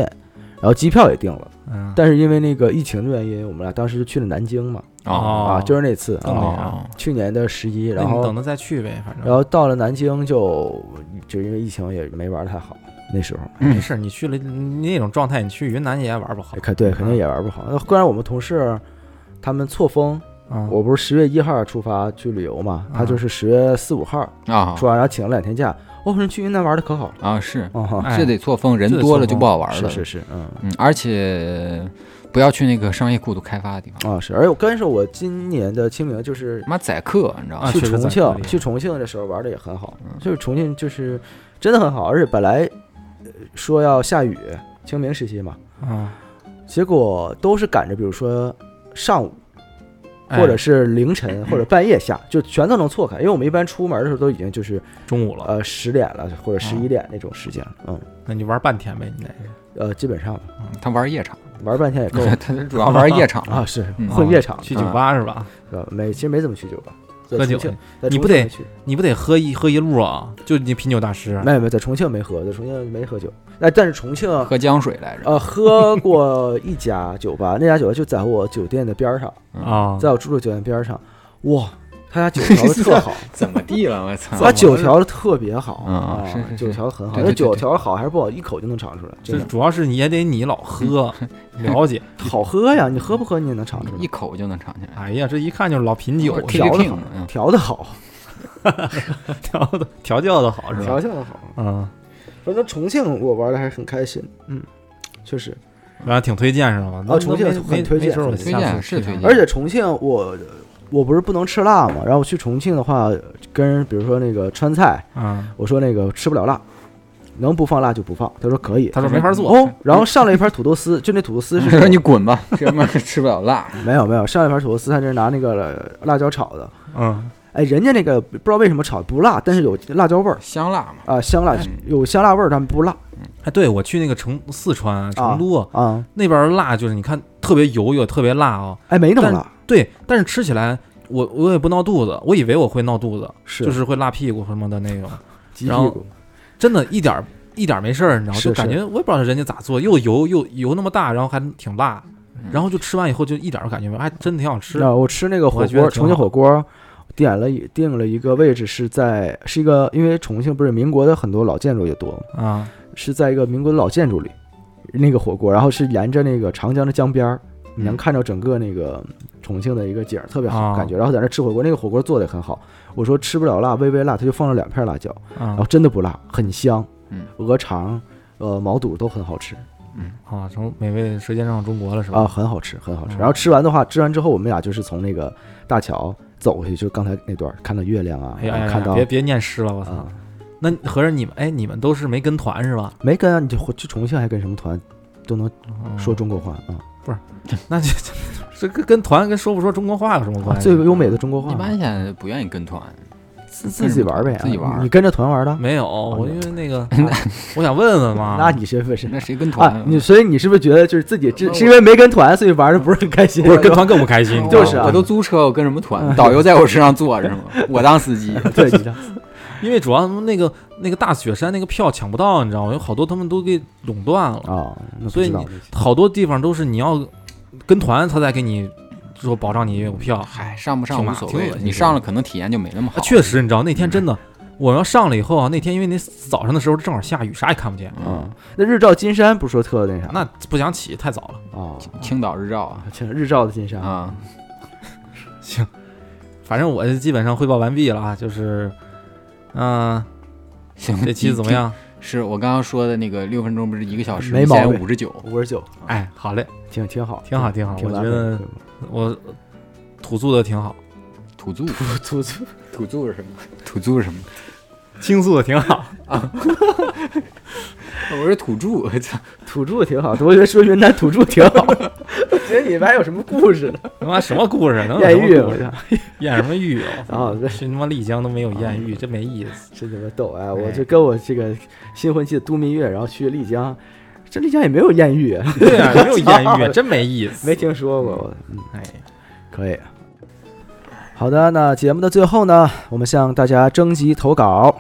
然后机票也订了，嗯，但是因为那个疫情的原因，我们俩当时就去了南京嘛，哦啊，就是那次更那啊，啥哦，去年的十一，那然你等后着再去呗，反正。然后到了南京就就因为疫情也没玩的太好，那时候没事儿，你去了你那种状哎态，你去云南也玩不好嗯也。看对肯定也玩不好。那忽然我们同事他们错峰啊，我不是十月一号出发去旅游嘛，他啊就是十月四五号哦啊出发，然后请了两天假。我说去云南玩的可好了，啊是啊哈，哎这得错峰，人这得多错了就峰不好玩是了。是是，嗯。嗯，而且不要去那个商业过度开发的地方，啊，是，而且我跟你说，我今年的清明就是他妈宰客，你知道吗？啊去确实重宰客庆，厉害去重庆的时候玩的也很好，嗯就是重庆就是真的很好，而且本来呃说要下雨，清明时期嘛，啊，结果都是赶着，比如说上午哎嗯或者是凌晨或者半夜下，就全都能错开，因为我们一般出门的时候都已经就是中午了，呃十点了或者十啊一点那种时间了，嗯，那你玩半天呗，你得呃基本上吧他玩夜场，玩半天也 够了 他他主要玩夜场啊，是嗯混夜场，哦去酒吧是吧？呃没其实没怎么去酒吧，在喝重酒庆，在你重不庆得没去你不得喝一喝一路啊？就你品酒大师，嗯没有没有，在重庆没喝，在重庆没喝酒。哎，但是重庆喝江水来着。呃喝过一家酒吧，那家酒吧就在我酒店的边儿上，哦啊，在我住的酒店边儿上。哇，他家酒 调的特好，怎么地了？我操他酒调的特别好啊嗯啊是是，是酒调的很好。对那对对酒对调的好还是不好，一口就能尝出来，真这的主要是你也得你老 喝，了解。好喝呀！你喝不喝你也能尝出 一来，口就能尝起来。哎呀，这一看就是老品酒或者，调 K 的 King，好嗯，调的好，调的 调教的好是吧调？教的好。嗯，反正重庆我玩的还是很开心，嗯，确实。然后挺推荐是吧？那啊重庆没很没推荐没事儿我很推下次荐去是推趟荐而且重庆我我不是不能吃辣嘛，然后我去重庆的话，跟人比如说那个川菜，啊。我说那个吃不了辣，能不放辣就不放，他说可以。他说没法做，哦，然后上了一盘土豆丝，就那土豆丝是 他说你滚吧，这他妈吃不了辣。没有没有，上了一盘土豆丝，他是拿那个辣椒炒的，嗯，哎，人家那个不知道为什么炒不辣，但是有辣椒味儿香辣嘛，啊、香辣嗯有香辣味儿，但不辣哎，对我去那个成四川成都啊啊，那边儿辣，就是你看特别油又特别辣啊，哎，没那么但辣，对，但是吃起来我我也不闹肚子，我以为我会闹肚子，是就是会辣屁股什么的那种，鸡屁然后股，真的一点儿一点儿没事儿，你知道吗，是就感是觉我也不知道人家咋做，又油又油那么大，然后还挺辣，嗯然后就吃完以后就一点儿感觉没有，还真挺好吃啊，我吃那个火我觉得锅，挺重庆火锅，点了一定了一个位置是在是一个，因为重庆不是民国的很多老建筑也多嘛，啊是在一个民国的老建筑里，那个火锅，然后是沿着那个长江的江边儿，你能嗯看到整个那个重庆的一个景儿，特别好啊感觉。然后在那吃火锅，那个火锅做的也很好。我说吃不了辣，微微辣，他就放了两片辣椒，然啊后真的不辣，很香。嗯，鹅肠、呃毛肚都很好吃啊！成美味舌尖上的中国了是吧？啊，很好吃，很好吃。嗯然后吃完的话，吃完之后我们俩就是从那个大桥走过去，就刚才那段儿看到月亮啊，哎呀然后哎呀看到别别念诗了，我操！啊，那合着你们哎，你们都是没跟团是吧？没跟啊你就回去重庆还跟什么团都能嗯说中国话啊那就 这跟跟团跟说不说中国话有什么啊，关系？最优美的中国话一。般现在不愿意跟团，自自己玩呗，自己玩啊你跟着团玩的？没有，我因为那个我想问问哦嘛，那你身份是那谁跟团啊啊？？你所以你是不是觉得就是自己这那是我因为没跟团，所以玩的不是很开心？不是跟团更不开心我，就是啊我都租车，我跟什么团？导游在我身上坐着吗？我当 司机。 对，你知道因为主要那个那个大雪山那个票抢不到，你知道吗？有好多他们都给垄断了，啊，那不所以知道你好多地方都是你要跟团，他才给你说保障你有票。嗨，上不上挺无麻所挺谓恶，心你的上了可能体验就没那么啊，好。确实，你知道那天真的，我要上了以后啊，那天因为那早上的时候正好下雨，啥也看嗯不见，啊，那日照金山不是说特那啥？那不想起太早了。啊，青岛日照啊请日照的金山，啊，行，反正我基本上汇报完毕了啊，就是，嗯、行，这期怎么？样？ 是我刚刚说的那个六分钟不是一个小时，没毛病五十九。五十九， 哎，好嘞，挺挺好，挺好挺好挺我完美觉得挺我呃吐诉的挺好，土著，不错错土著是什么？土著是什么？倾诉的挺好。 我是土著，我操！土著挺好，我觉得说云南土著挺好，我觉得你们还有什么故 事呢？他妈什么故事？能有艳什遇，么我故事？操，艳什么遇啊对啊去他妈丽江都没有艳遇，真没意 思。真他妈逗啊！我哎就跟我这个新婚妻的都明月，然后去丽江，这丽江也没有艳遇，对啊，没有艳遇，真没意思。没听说过，我嗯。哎，可以。好的，那节目的最后呢，我们向大家征集投稿。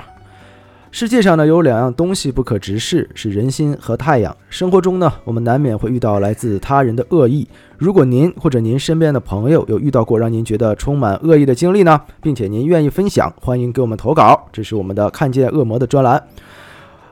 世界上呢有两样东西不可直视，是人心和太阳。生活中呢，我们难免会遇到来自他人的恶意。如果您或者您身边的朋友有遇到过让您觉得充满恶意的经历呢，并且您愿意分享，欢迎给我们投稿。这是我们的“看见恶魔”的专栏。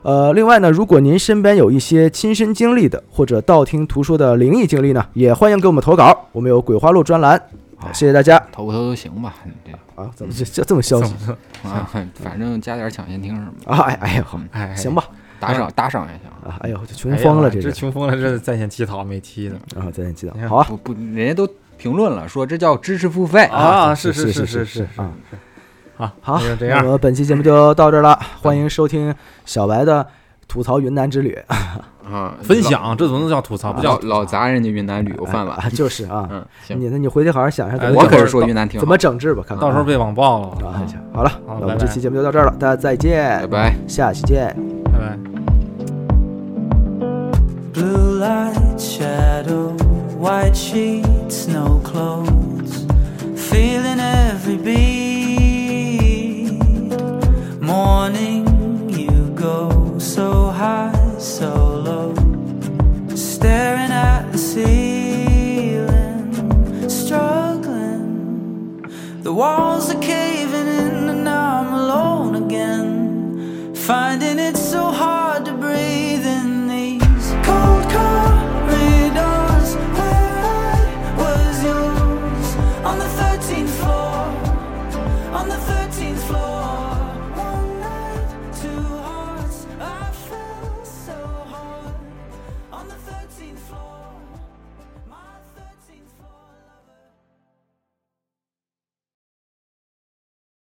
呃，另外呢，如果您身边有一些亲身经历的或者道听途说的灵异经历呢，也欢迎给我们投稿。我们有“鬼话录”专栏，哎好，谢谢大家投不投都行吧，你这啊！嗯怎么这这这么消极啊，反正加点抢先听什么啊？哎哎呦，的，哎，行吧打赏打赏也行。啊！哎呦，这穷疯了哎呀这这是穷疯了，这在线乞讨没踢的啊！再见，记哎呀得好啊！不不，人家都评论了，说这叫知识付费。啊是是是是是是是是啊啊，好，那就这那样，我们本期节目就到这儿了，欢迎收听小白的吐槽云南之旅。 啊，分享这总能叫吐槽，不老叫老砸人家云南旅游饭碗。啊，就是啊，嗯，行，你那你回去好好想一下哎怎么我整可是说云南挺好怎么整治吧，看看到时候被网暴了，啊。好了，好那我们拜拜这期节目就到这儿了，大家再见拜，拜。下期见。拜拜。 Blue light shadow, white sheets, no clothes. Feeling every beat. Morning, you go so high, so low. Staring at the ceiling, struggling. The walls are caving in, and I'm alone again. Finding it so hard.